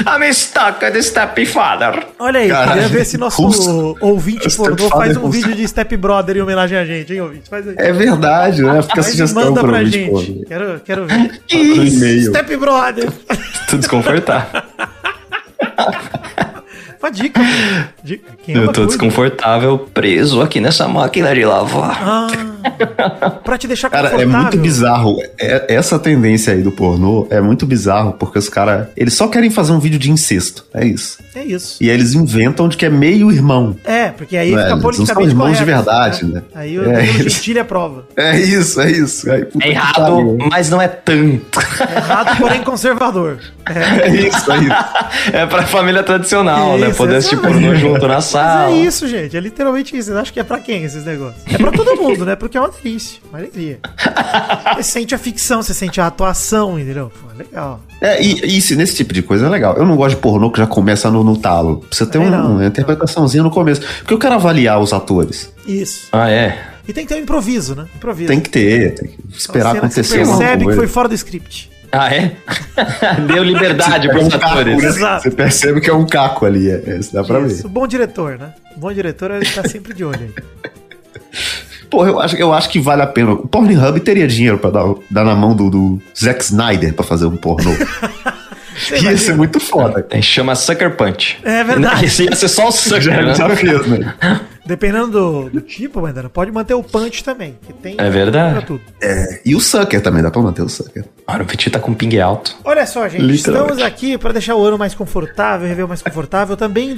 C: I'm stuck de stepfather.
B: Olha aí,
D: Caralho.
B: queria ver se nosso
D: Russo.
B: ouvinte
D: Step
B: pornô
D: Father
B: faz um
D: russo.
B: vídeo de Step Brother em homenagem a gente, hein, ouvinte? Faz aí.
D: É verdade, né? Fica a
B: Faz e
D: sugestão
B: Ah, manda
D: pra
B: pra
D: mim,
B: gente. é
D: tipo,
B: Quero, quero ver.
D: no e-mail.
B: Step Brother.
C: Tô desconfortável.
B: Uma dica. dica. Quem é ama
C: Eu tô
B: cuida.
C: desconfortável, preso aqui nessa máquina de
B: Ah,
C: lavar.
B: Pra te deixar
D: Cara, é
B: confortável.
D: muito bizarro. É- essa tendência aí do pornô é muito bizarro, porque os caras, eles só querem fazer um vídeo de incesto. É isso.
B: É isso.
D: E aí eles inventam de que é meio irmão.
B: É, porque aí
D: Né?
B: fica
D: Eles não
B: politicamente
D: são irmãos de
B: correto,
D: verdade, né?
B: Aí o
D: É
B: Danilo
D: isso.
B: Gentili é prova.
D: É isso, é isso. Aí, puta
C: É
D: que
C: errado,
D: pariu.
C: mas não é tanto.
B: Errado, porém conservador. É.
D: É isso, é isso.
C: É pra família tradicional, né?
B: Isso,
C: Poder assistir
B: exatamente.
C: pornô junto na
B: Mas
C: sala.
B: é isso, gente. É literalmente isso. Vocês acham que é pra quem esses negócios? É pra todo mundo, né? Porque é uma delícia. Uma alegria. Você sente a ficção, você sente a atuação, entendeu? Pô, legal.
D: É, e, e isso, nesse tipo de coisa é legal. Eu não gosto de pornô que já começa no, no talo. Precisa ter
B: Também
D: um-
B: É, não.
D: uma interpretaçãozinha no começo. Porque eu quero avaliar os atores.
B: Isso.
C: Ah, é.
B: E tem que ter um improviso, né? Improviso.
D: Tem que ter, tem que
B: Uma
D: esperar
B: cena que
D: acontecer
B: Você
D: alguma
B: percebe que
D: coisa.
B: foi fora do script.
C: Ah, é? Deu liberdade
D: É
C: pros
D: um caco, né?
C: atores.
B: Exato.
D: Você percebe que é um caco ali, é, é, isso dá pra
B: Isso.
D: ver.
B: Bom diretor, né? Bom diretor, ele tá sempre de olho aí.
D: Pô, eu acho, eu acho que vale a pena. O Pornhub teria dinheiro pra dar, dar na mão do, do Zack Snyder pra fazer um pornô.
B: Você
D: Ia ser
B: imagina?
D: muito foda.
C: É, Chama Sucker Punch.
B: É verdade.
C: Esse ia ser só o Sucker,
D: Já,
C: né?
D: já fez, né?
B: Dependendo do, do tipo, Bandana, pode manter o punch também. Que tem
C: É verdade.
B: pra tudo.
D: É, E o Sucker também, dá pra manter o Sucker.
C: Mano, o Petit tá com um ping alto.
B: Olha só, gente,
D: Literalmente.
B: estamos aqui para deixar o ano mais confortável, rever mais confortável, também em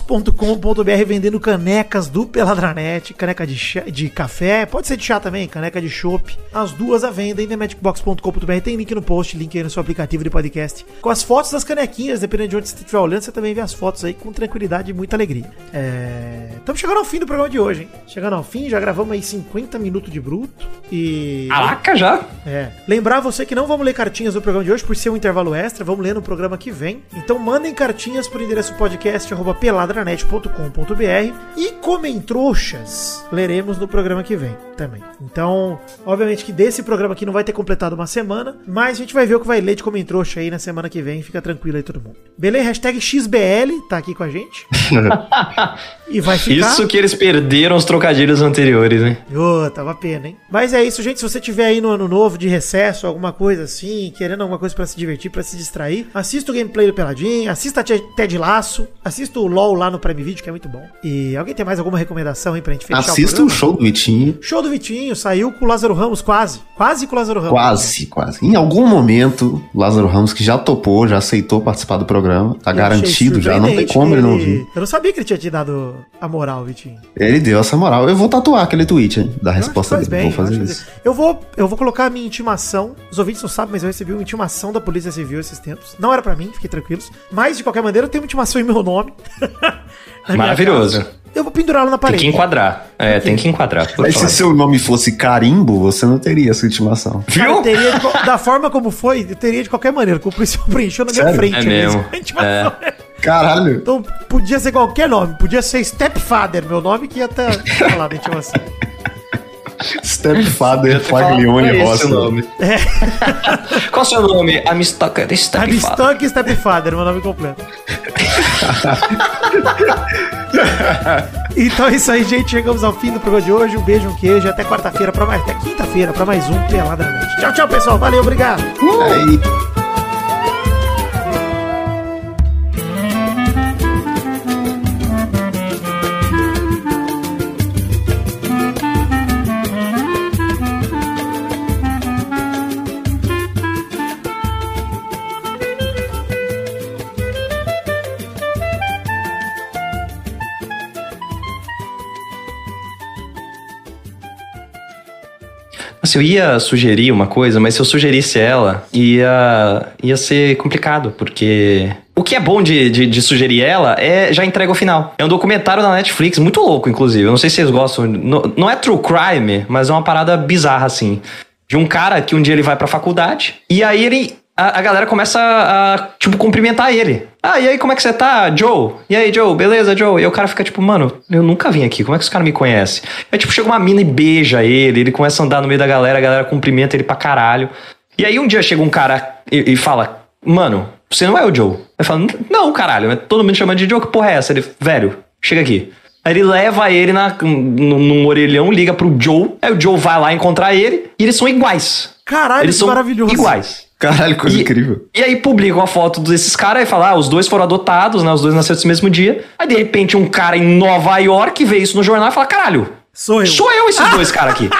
B: themagicbox.com.br vendendo canecas do Peladranet, caneca de, chá- de café, pode ser de chá também, caneca de chopp, as duas à venda em themagicbox.com.br, tem link no post, link aí no seu aplicativo de podcast, com as fotos das canequinhas, dependendo de onde você estiver olhando, você também vê as fotos aí com tranquilidade e muita alegria. É... Estamos chegando chegando ao fim do programa de hoje, hein? Chegando ao fim, já gravamos aí 50 minutos de bruto. E.
C: Caraca, já?
B: É. Lembrar você que não vamos ler cartinhas no programa de hoje por ser um intervalo extra, vamos ler no programa que vem. Então mandem cartinhas por endereço podcast@peladranet.com.br e comentrouxas leremos no programa que vem também. Então, obviamente que desse programa aqui não vai ter completado uma semana, mas a gente vai ver o que vai ler de comentrouxa aí na semana que vem, fica tranquilo aí todo mundo. Beleza? Hashtag XBL tá aqui com a gente. e vai ficar.
C: Isso que eles perderam os trocadilhos anteriores, hein?
B: Ô, tava pena, hein? Mas é isso, gente. Se você tiver aí no ano novo de recesso, alguma coisa assim, querendo alguma coisa pra se divertir, pra se distrair, assista o gameplay do Peladinho, assista a Te- Ted Laço, assista o LOL lá no Prime Video, que é muito bom. E alguém tem mais alguma recomendação aí pra gente fechar
D: Assista o
B: programa?
D: show do Vitinho.
B: Show do Vitinho, saiu com o Lázaro Ramos, quase. Quase com o Lázaro Ramos.
D: Quase, quase. Em algum momento, Lázaro Ramos, que já topou, já aceitou participar do programa, tá
B: Eu
D: garantido
B: achei
D: já, não tem
B: surpreendente
D: como ele não
B: que
D: vir.
B: Eu não sabia que ele tinha te dado a moral, Vitinho.
D: Ele deu essa moral. Eu vou tatuar aquele tweet hein, da
B: Eu acho que
D: resposta
B: faz
D: dele.
B: bem,
D: vou
B: eu acho
D: fazer
B: que-
D: isso.
B: Eu vou, eu vou colocar a minha intimação. Os ouvintes não sabem, mas eu recebi uma intimação da Polícia Civil esses tempos. Não era pra mim, fiquei tranquilos. Mas, de qualquer maneira, eu tenho uma intimação em meu nome. Na minha
C: Maravilhoso.
B: casa. Eu vou pendurá-lo na
C: Tem que
B: parede.
C: enquadrar. É, tem que enquadrar. por
D: Mas se
C: favor.
D: seu nome fosse carimbo, você não teria essa intimação.
B: Cara, eu
C: Viu?
B: teria de co- da forma como foi, eu teria de qualquer maneira. que O policial preencheu na minha
D: Sério?
B: frente.
C: É
B: ali,
C: mesmo. É.
B: essa intimação. é.
D: Caralho.
B: Então, podia ser qualquer nome. Podia ser Stepfather, meu nome, que ia até falar da intimação.
D: Stepfather Faglione
C: Qual é esse
D: Rossi.
C: nome? Qual o seu nome? Amistoca. Amistoca.
B: I'm Stuck Stepfather, meu nome completo. então é isso aí, gente. Chegamos ao fim do programa de hoje. Um beijo, um queijo. e Até quarta-feira para mais. Até quinta-feira para mais um Pelada na Net. Tchau, tchau, pessoal. Valeu, obrigado.
D: Aí,
C: Nossa, eu ia sugerir uma coisa, mas se eu sugerisse ela, ia, ia ser complicado, porque. O que é bom de, de, de sugerir ela é já entrega o final. É um documentário da Netflix, muito louco, inclusive. Eu não sei se vocês gostam. Não, não é true crime, mas é uma parada bizarra, assim. De um cara que um dia ele vai pra faculdade, e aí ele. A, a galera começa a, a, tipo, cumprimentar ele. Ah, e aí, como é que você tá, Joe? E aí, Joe, beleza, Joe? E o cara fica tipo, mano, eu nunca vim aqui, como é que os caras me conhecem? Aí, tipo, chega uma mina e beija ele, ele começa a andar no meio da galera, a galera cumprimenta ele pra caralho. E aí, um dia chega um cara e, e fala, mano, você não é o Joe? Ele fala, não, caralho, todo mundo chamando de Joe, que porra é essa? Ele, velho, chega aqui. Aí ele leva ele na, num, num orelhão, liga pro Joe, aí o Joe vai lá encontrar ele, e eles são iguais.
B: Caralho,
C: eles
B: que
C: são
B: maravilhoso.
C: iguais.
D: caralho, coisa
C: E-
D: incrível.
C: E aí publicam a foto desses caras e falam: ah, os dois foram adotados, né? Os dois nasceram esse mesmo dia. Aí de repente um cara em Nova York vê isso no jornal e fala: caralho,
B: Sou eu.
C: sou eu esses dois caras aqui.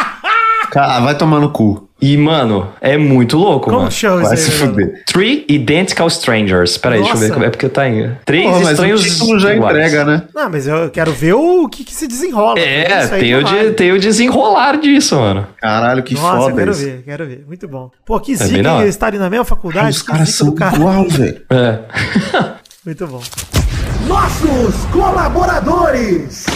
D: Cara, vai tomar no cu.
C: E, mano, é muito louco,
B: Como
C: mano.
B: chama
D: Vai
B: isso
D: se
B: aí, velho?
D: fuder.
C: Three Identical Strangers. Peraí, deixa eu ver
B: Nossa.
C: como é porque tá em. Três
D: Porra, mas o
C: estranhos.
D: título já
C: iguais.
D: entrega, né?
B: Não, mas eu quero ver o que, que se desenrola.
C: É,
B: Isso aí
C: tem
D: tá
B: não
C: o, de,
B: vale.
C: tem o desenrolar disso, mano.
D: Caralho, que
B: Nossa, é eu
D: foda
B: quero
D: isso.
B: ver, quero ver. Muito bom. Pô, que
C: bem
B: zica
C: da hora.
B: eles estarem na mesma faculdade.
D: Os
B: que
D: caras
B: zica
D: são
B: Ah, do caralho.
D: igual, velho.
C: É.
B: Muito bom.
G: Nossos colaboradores.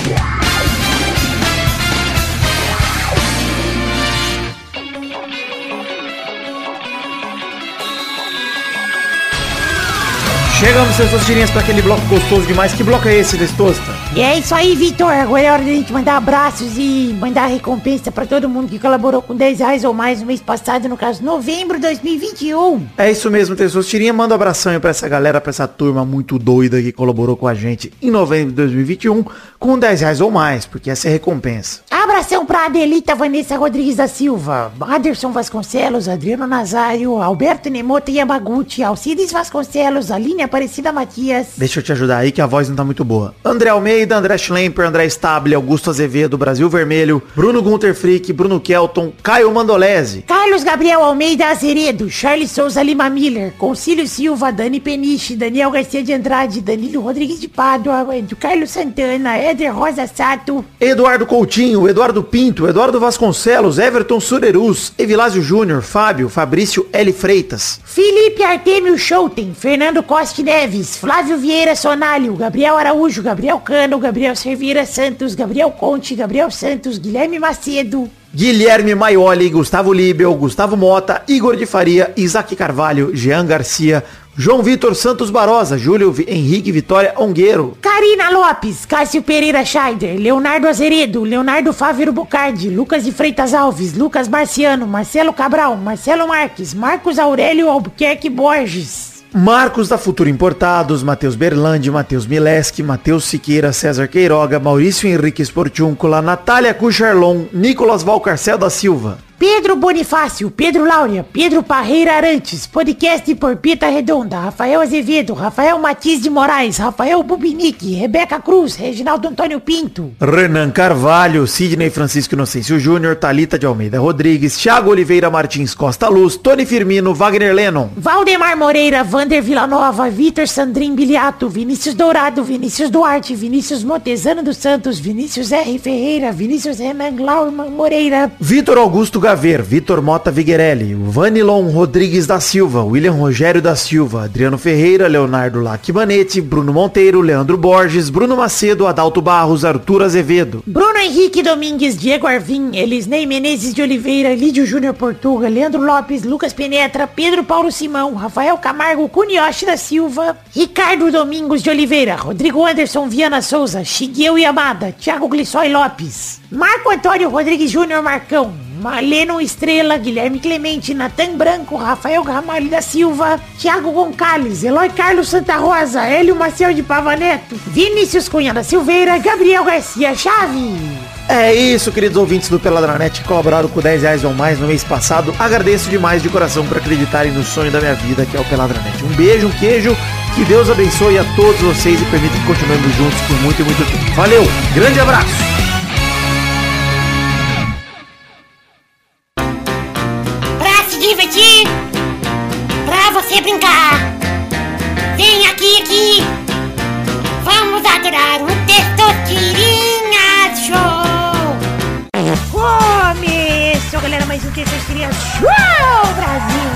B: Chegamos, seus tostirinhas, pra aquele bloco gostoso demais. Que bloco é esse, Destosta?
H: E é isso aí, Vitor. Agora é hora de a gente mandar abraços e mandar recompensa pra todo mundo que colaborou com 10 reais ou mais no mês passado, no caso, novembro de 2021.
B: É isso mesmo, Tessos. Tirinha, manda um abração aí pra essa galera, pra essa turma muito doida que colaborou com a gente em novembro de 2021 com 10 reais ou mais, porque essa é a recompensa.
H: Abração pra Adelita Vanessa Rodrigues da Silva, Aderson Vasconcelos, Adriano Nazário, Alberto Nemota Yamaguchi, Alcides Vasconcelos, Aline Aparecida Matias.
B: Deixa eu te ajudar aí que a voz não tá muito boa. André Almeida, André Schlemper, André Stable, Augusto Azevedo, Brasil Vermelho, Bruno Gunter Frick, Bruno Kelton, Caio Mandolese.
H: Carlos Gabriel Almeida Azeredo, Charles Souza Lima Miller, Concílio Silva, Dani Peniche, Daniel Garcia de Andrade, Danilo Rodrigues de Pádua, Edu Carlos Santana, Éder Rosa Sato,
B: Eduardo Coutinho, Eduardo Pinto, Eduardo Vasconcelos, Everton Surerus, Evilásio Júnior, Fábio, Fabrício L. Freitas.
H: Felipe Artemio Schouten, Fernando Costa Neves, Flávio Vieira Sonalho, Gabriel Araújo, Gabriel Cano, Gabriel Servira Santos, Gabriel Conte, Gabriel Santos, Guilherme Macedo,
B: Guilherme Maioli, Gustavo Libel, Gustavo Mota, Igor de Faria, Isaac Carvalho, Jean Garcia, João Vitor Santos Barosa, Júlio Vi- Henrique Vitória Ongueiro.
H: Karina Lopes, Cássio Pereira Scheider, Leonardo Azeredo, Leonardo Fávero Bocardi, Lucas de Freitas Alves, Lucas Marciano, Marcelo Cabral, Marcelo Marques, Marcos Aurélio Albuquerque Borges.
B: Marcos da Futura Importados, Matheus Berlandi, Matheus Mileski, Matheus Siqueira, César Queiroga, Maurício Henrique Esportiúncula, Natália Cucharlon, Nicolas Valcarcel da Silva.
H: Pedro Bonifácio, Pedro Laura, Pedro Parreira Arantes, podcast por Pita Redonda, Rafael Azevedo, Rafael Matiz de Moraes, Rafael Bubinique, Rebeca Cruz, Reginaldo Antônio Pinto.
B: Renan Carvalho, Sidney Francisco Inocêncio Júnior, Talita de Almeida Rodrigues, Thiago Oliveira Martins Costa Luz, Tony Firmino, Wagner Lennon.
H: Valdemar Moreira, Vander Villanova, Vitor Sandrin Biliato, Vinícius Dourado, Vinícius Duarte, Vinícius Montezano dos Santos, Vinícius R. Ferreira, Vinícius Renan Glauman Moreira,
B: Vitor Augusto Gaver, Vitor Mota Viguerelli, Vanilon Rodrigues da Silva, William Rogério da Silva, Adriano Ferreira, Leonardo Lacmanete, Bruno Monteiro, Leandro Borges, Bruno Macedo, Adalto Barros, Arthur Azevedo.
H: Bruno Henrique Domingues, Diego Arvim, Elisnei Menezes de Oliveira, Lídio Júnior Portuga, Leandro Lopes, Lucas Penetra, Pedro Paulo Simão, Rafael Camargo Cunioche da Silva, Ricardo Domingos de Oliveira, Rodrigo Anderson Viana Souza, Shigeu Yamada, Thiago Glissói Lopes, Marco Antônio Rodrigues Júnior Marcão, Maleno Estrela, Guilherme Clemente, Natan Branco, Rafael Ramalho da Silva, Thiago Gonçalves, Eloy Carlos Santa Rosa, Hélio Marcel de Pavaneto, Vinícius Cunha da Silveira, Gabriel Garcia Chave.
B: É isso, queridos ouvintes do Peladranet que colaboraram com 10 reais ou mais no mês passado. Agradeço demais de coração por acreditarem no sonho da minha vida, que é o Peladranet. Um beijo, um queijo, que Deus abençoe a todos vocês e permita que continuemos juntos por muito e muito tempo. Valeu, grande abraço!
I: pra se divertir, pra você brincar. Vem aqui, aqui, vamos adorar o Testosterinha Show.
H: Começou, galera, mais um que vocês queriam. Uau, Brasil!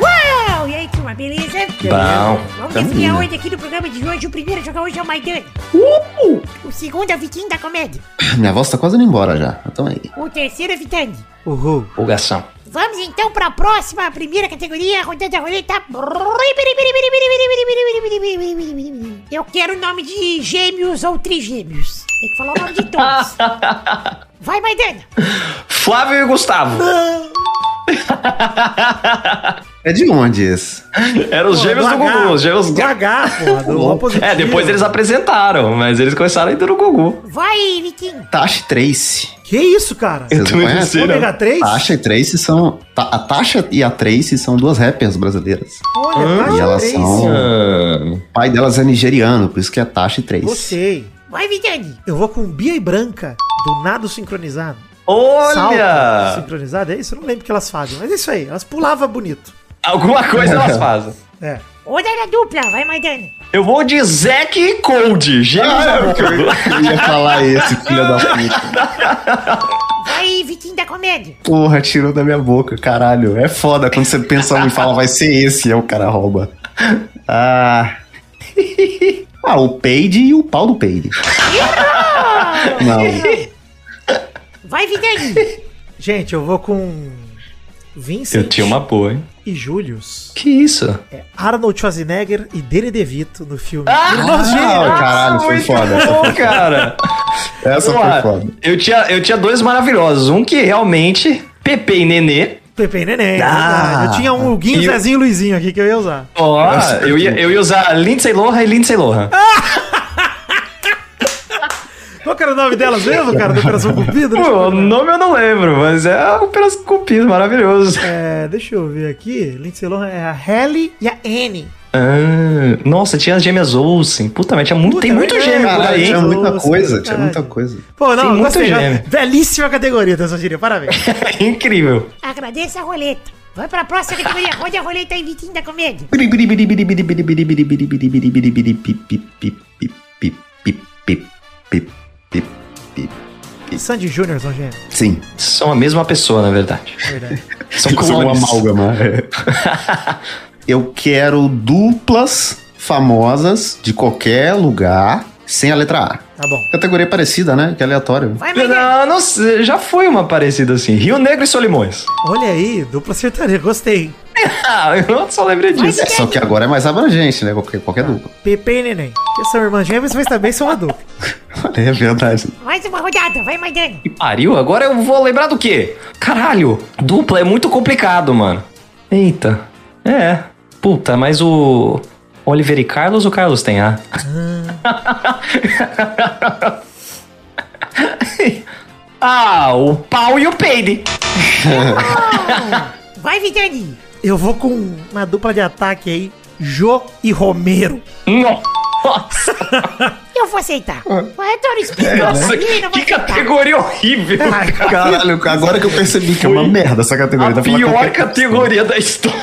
H: Uau! E aí, turma, beleza?
D: É.
C: Bom,
H: Vamos
D: tamo
H: definir a
D: indo.
H: ordem aqui do programa de hoje. O primeiro a jogar hoje é o Maidan. O segundo é o Vitinho da Comédia.
D: Minha voz tá quase indo embora já. Então aí.
H: O terceiro é o Vitani.
A: Uhul.
C: Pulgação.
H: Vamos então para a próxima, primeira categoria, rodando a roleta. Eu quero o nome de gêmeos ou trigêmeos. Tem que falar o nome de todos. Vai, Maidana.
C: Flávio e Gustavo.
D: Ah, É de onde esse?
C: Eram os gêmeos do Gugu. Os gêmeos...
A: Do H, porra, do O positivo.
C: É, depois eles apresentaram, mas eles começaram ainda no Gugu.
H: Vai, Vitinho.
D: Tash Trace.
A: Que isso, cara?
D: Vocês não
C: também não
D: conhecem?
C: sei, não.
A: Ômega 3?
D: Tasha e Trace são. Ta- A Tasha e a Trace são duas rappers brasileiras.
A: Olha,
D: e elas
A: três.
D: são.
C: Ah,
D: O pai delas é nigeriano, por isso que é Tasha e Trace.
A: Gostei.
H: Vai, Vitani.
A: Eu vou com Bia e Branca, do nado sincronizado. Salto
C: Olha!
A: sincronizado, é isso? Eu não lembro o que elas fazem, mas é isso aí. Elas pulavam bonito.
C: Alguma coisa elas fazem.
A: É.
H: Ordem da dupla. Vai, Maidana.
C: Eu vou de Zack e Cold. Gêmeos
D: Ah, é,
C: do Gugu.
D: Eu ia falar esse, filho da puta.
H: Vai, Vitinho da Comédia.
D: Porra, tirou da minha boca, caralho. É foda quando você pensa um e fala, vai ser esse, e aí o cara rouba. Ah. Ah, o Peide e o pau do Peide. Não.
H: Vai, Vitani.
A: Gente, eu vou com Vincent
C: Eu tinha uma boa, hein?
A: e Julius.
C: Que isso?
A: É Arnold Schwarzenegger e Danny DeVito no filme.
D: Ah, caralho, foi
C: Muito
D: foda. Essa
C: Bom, cara.
D: foi- Essa foi
C: Porra,
D: foda.
C: Eu tinha, eu tinha dois maravilhosos. Um que realmente, Pepe e Nenê.
A: Pepe e Neném. verdade. Eu tinha um Huguinho,
C: Ah. E o-
A: Zezinho e Luizinho aqui que eu ia usar.
C: Ó, eu ia, eu ia usar Lindsay Lohan e Lindsay Lohan.
A: Ah, Qual que era o nome delas mesmo, cara? Do Coração Cupido? Deixa eu
C: Pô, o
A: procurar.
C: nome eu não lembro, mas é o Pelas Cupido, maravilhoso.
A: É, deixa eu ver aqui. Lindsay Lohan é a Halle e a Anne.
C: Ah, nossa, tinha as gêmeas Olsen. Puta, mas tinha muito, tem
A: Puta,
C: muito
A: é
C: gêmeo por
D: Caralho,
C: aí.
D: tinha
C: hein?
D: muita coisa, tinha
A: Caralho.
D: muita coisa.
A: Pô, não,
C: Tem muito
A: gostei. já.
C: gêmeo.
A: Belíssima categoria, Deus diria. Parabéns.
C: É incrível.
H: Agradeça a roleta. Vai para a próxima categoria. Roda a roleta aí, Vitinho da Comédia.
A: Sandy Júnior são gêmeos.
D: Sim,
C: São a mesma pessoa, na verdade.
A: É Verdade.
C: São
D: sou um
C: clones.
D: amálgama. Eu quero duplas famosas de qualquer lugar sem a letra A.
B: Tá bom.
D: Categoria parecida, né? Que é aleatório.
C: Não, não sei, já foi uma parecida assim. Rio Negro e Solimões.
B: Olha aí, dupla sertaneja, gostei.
C: Ah, eu só lembrei disso.
D: Só que agora é mais abrangente, né? Qualquer, qualquer dupla.
B: Tá. Pepe e Neném, que são irmãs gêmeas, mas também são uma dupla.
D: É verdade.
H: Mais uma rodada, vai mais dano.
C: Que pariu, agora eu vou lembrar do quê? Caralho, dupla é muito complicado, mano. Eita. É. Puta, mas o. Oliver e Carlos, o Carlos tem A. ah, o pau e o peide.
H: Vai, Vitani.
B: Eu vou com uma dupla de ataque aí, Jô e Romero.
C: Nossa,
H: Eu vou aceitar. Vai, Toro
B: É, né?
H: Espírito.
C: Ah. É, nossa, que, que categoria horrível, cara.
D: Caralho, agora que eu percebi que é uma merda essa categoria.
C: A
D: Dá pra falar
C: pior
D: qualquer-
C: categoria da história.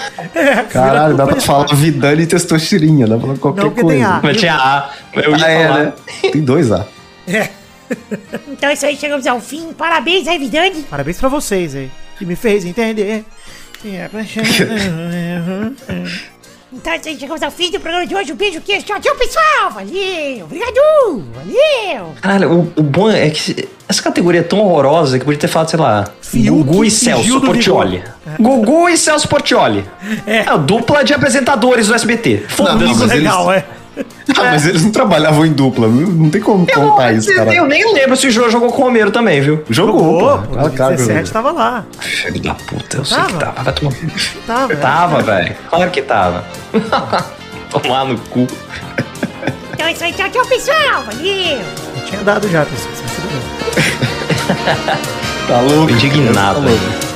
D: Caralho, dá pra falar Vidani e Testostirinha. Dá pra falar qualquer
B: porque tem
D: coisa.
B: A.
C: Mas tinha A, eu ia
D: Ah, é,
C: falar.
D: né? Tem dois A.
H: Então é isso aí, chegamos ao fim. Parabéns, aí, Vidani.
B: Parabéns pra vocês aí, que me fez entender. que é paixão-
H: Então é isso aí, chegamos ao fim do programa de hoje. Um beijo, queijo, tchau, tchau, pessoal. Valeu, obrigado, valeu.
C: Caralho, o, o bom é que essa categoria é tão horrorosa que podia ter falado, sei lá,
B: Fiuk
C: Gugu
B: e
C: e Celso
B: Gil do É.
C: Portioli. Gugu e Celso Portioli. É. a dupla de apresentadores do SBT.
D: Não,
C: Foda-se.
D: mas eles-
B: Legal, é.
D: Ah, mas eles não trabalhavam em dupla. viu? Não tem como
C: Eu,
D: contar isso,
C: eu- eu
D: cara.
C: nem lembro se o Jô jogou com o Romero também, viu?
D: Jogou,
B: Jogou,
D: pô.
B: pô,
D: Claro, claro que
B: 17 tava lá.
C: Filho da puta, eu sei
B: Tava?
C: que tava. Vai tomar...
B: Tava.
C: Tava, velho. Claro que tava. Tomar no cu.
H: Então é isso aí, tchau, tchau, pessoal. Valeu.
B: Eu tinha dado já, pessoal. mas tudo bem.
D: Tá louco.
C: Indignado.
D: Tá louco.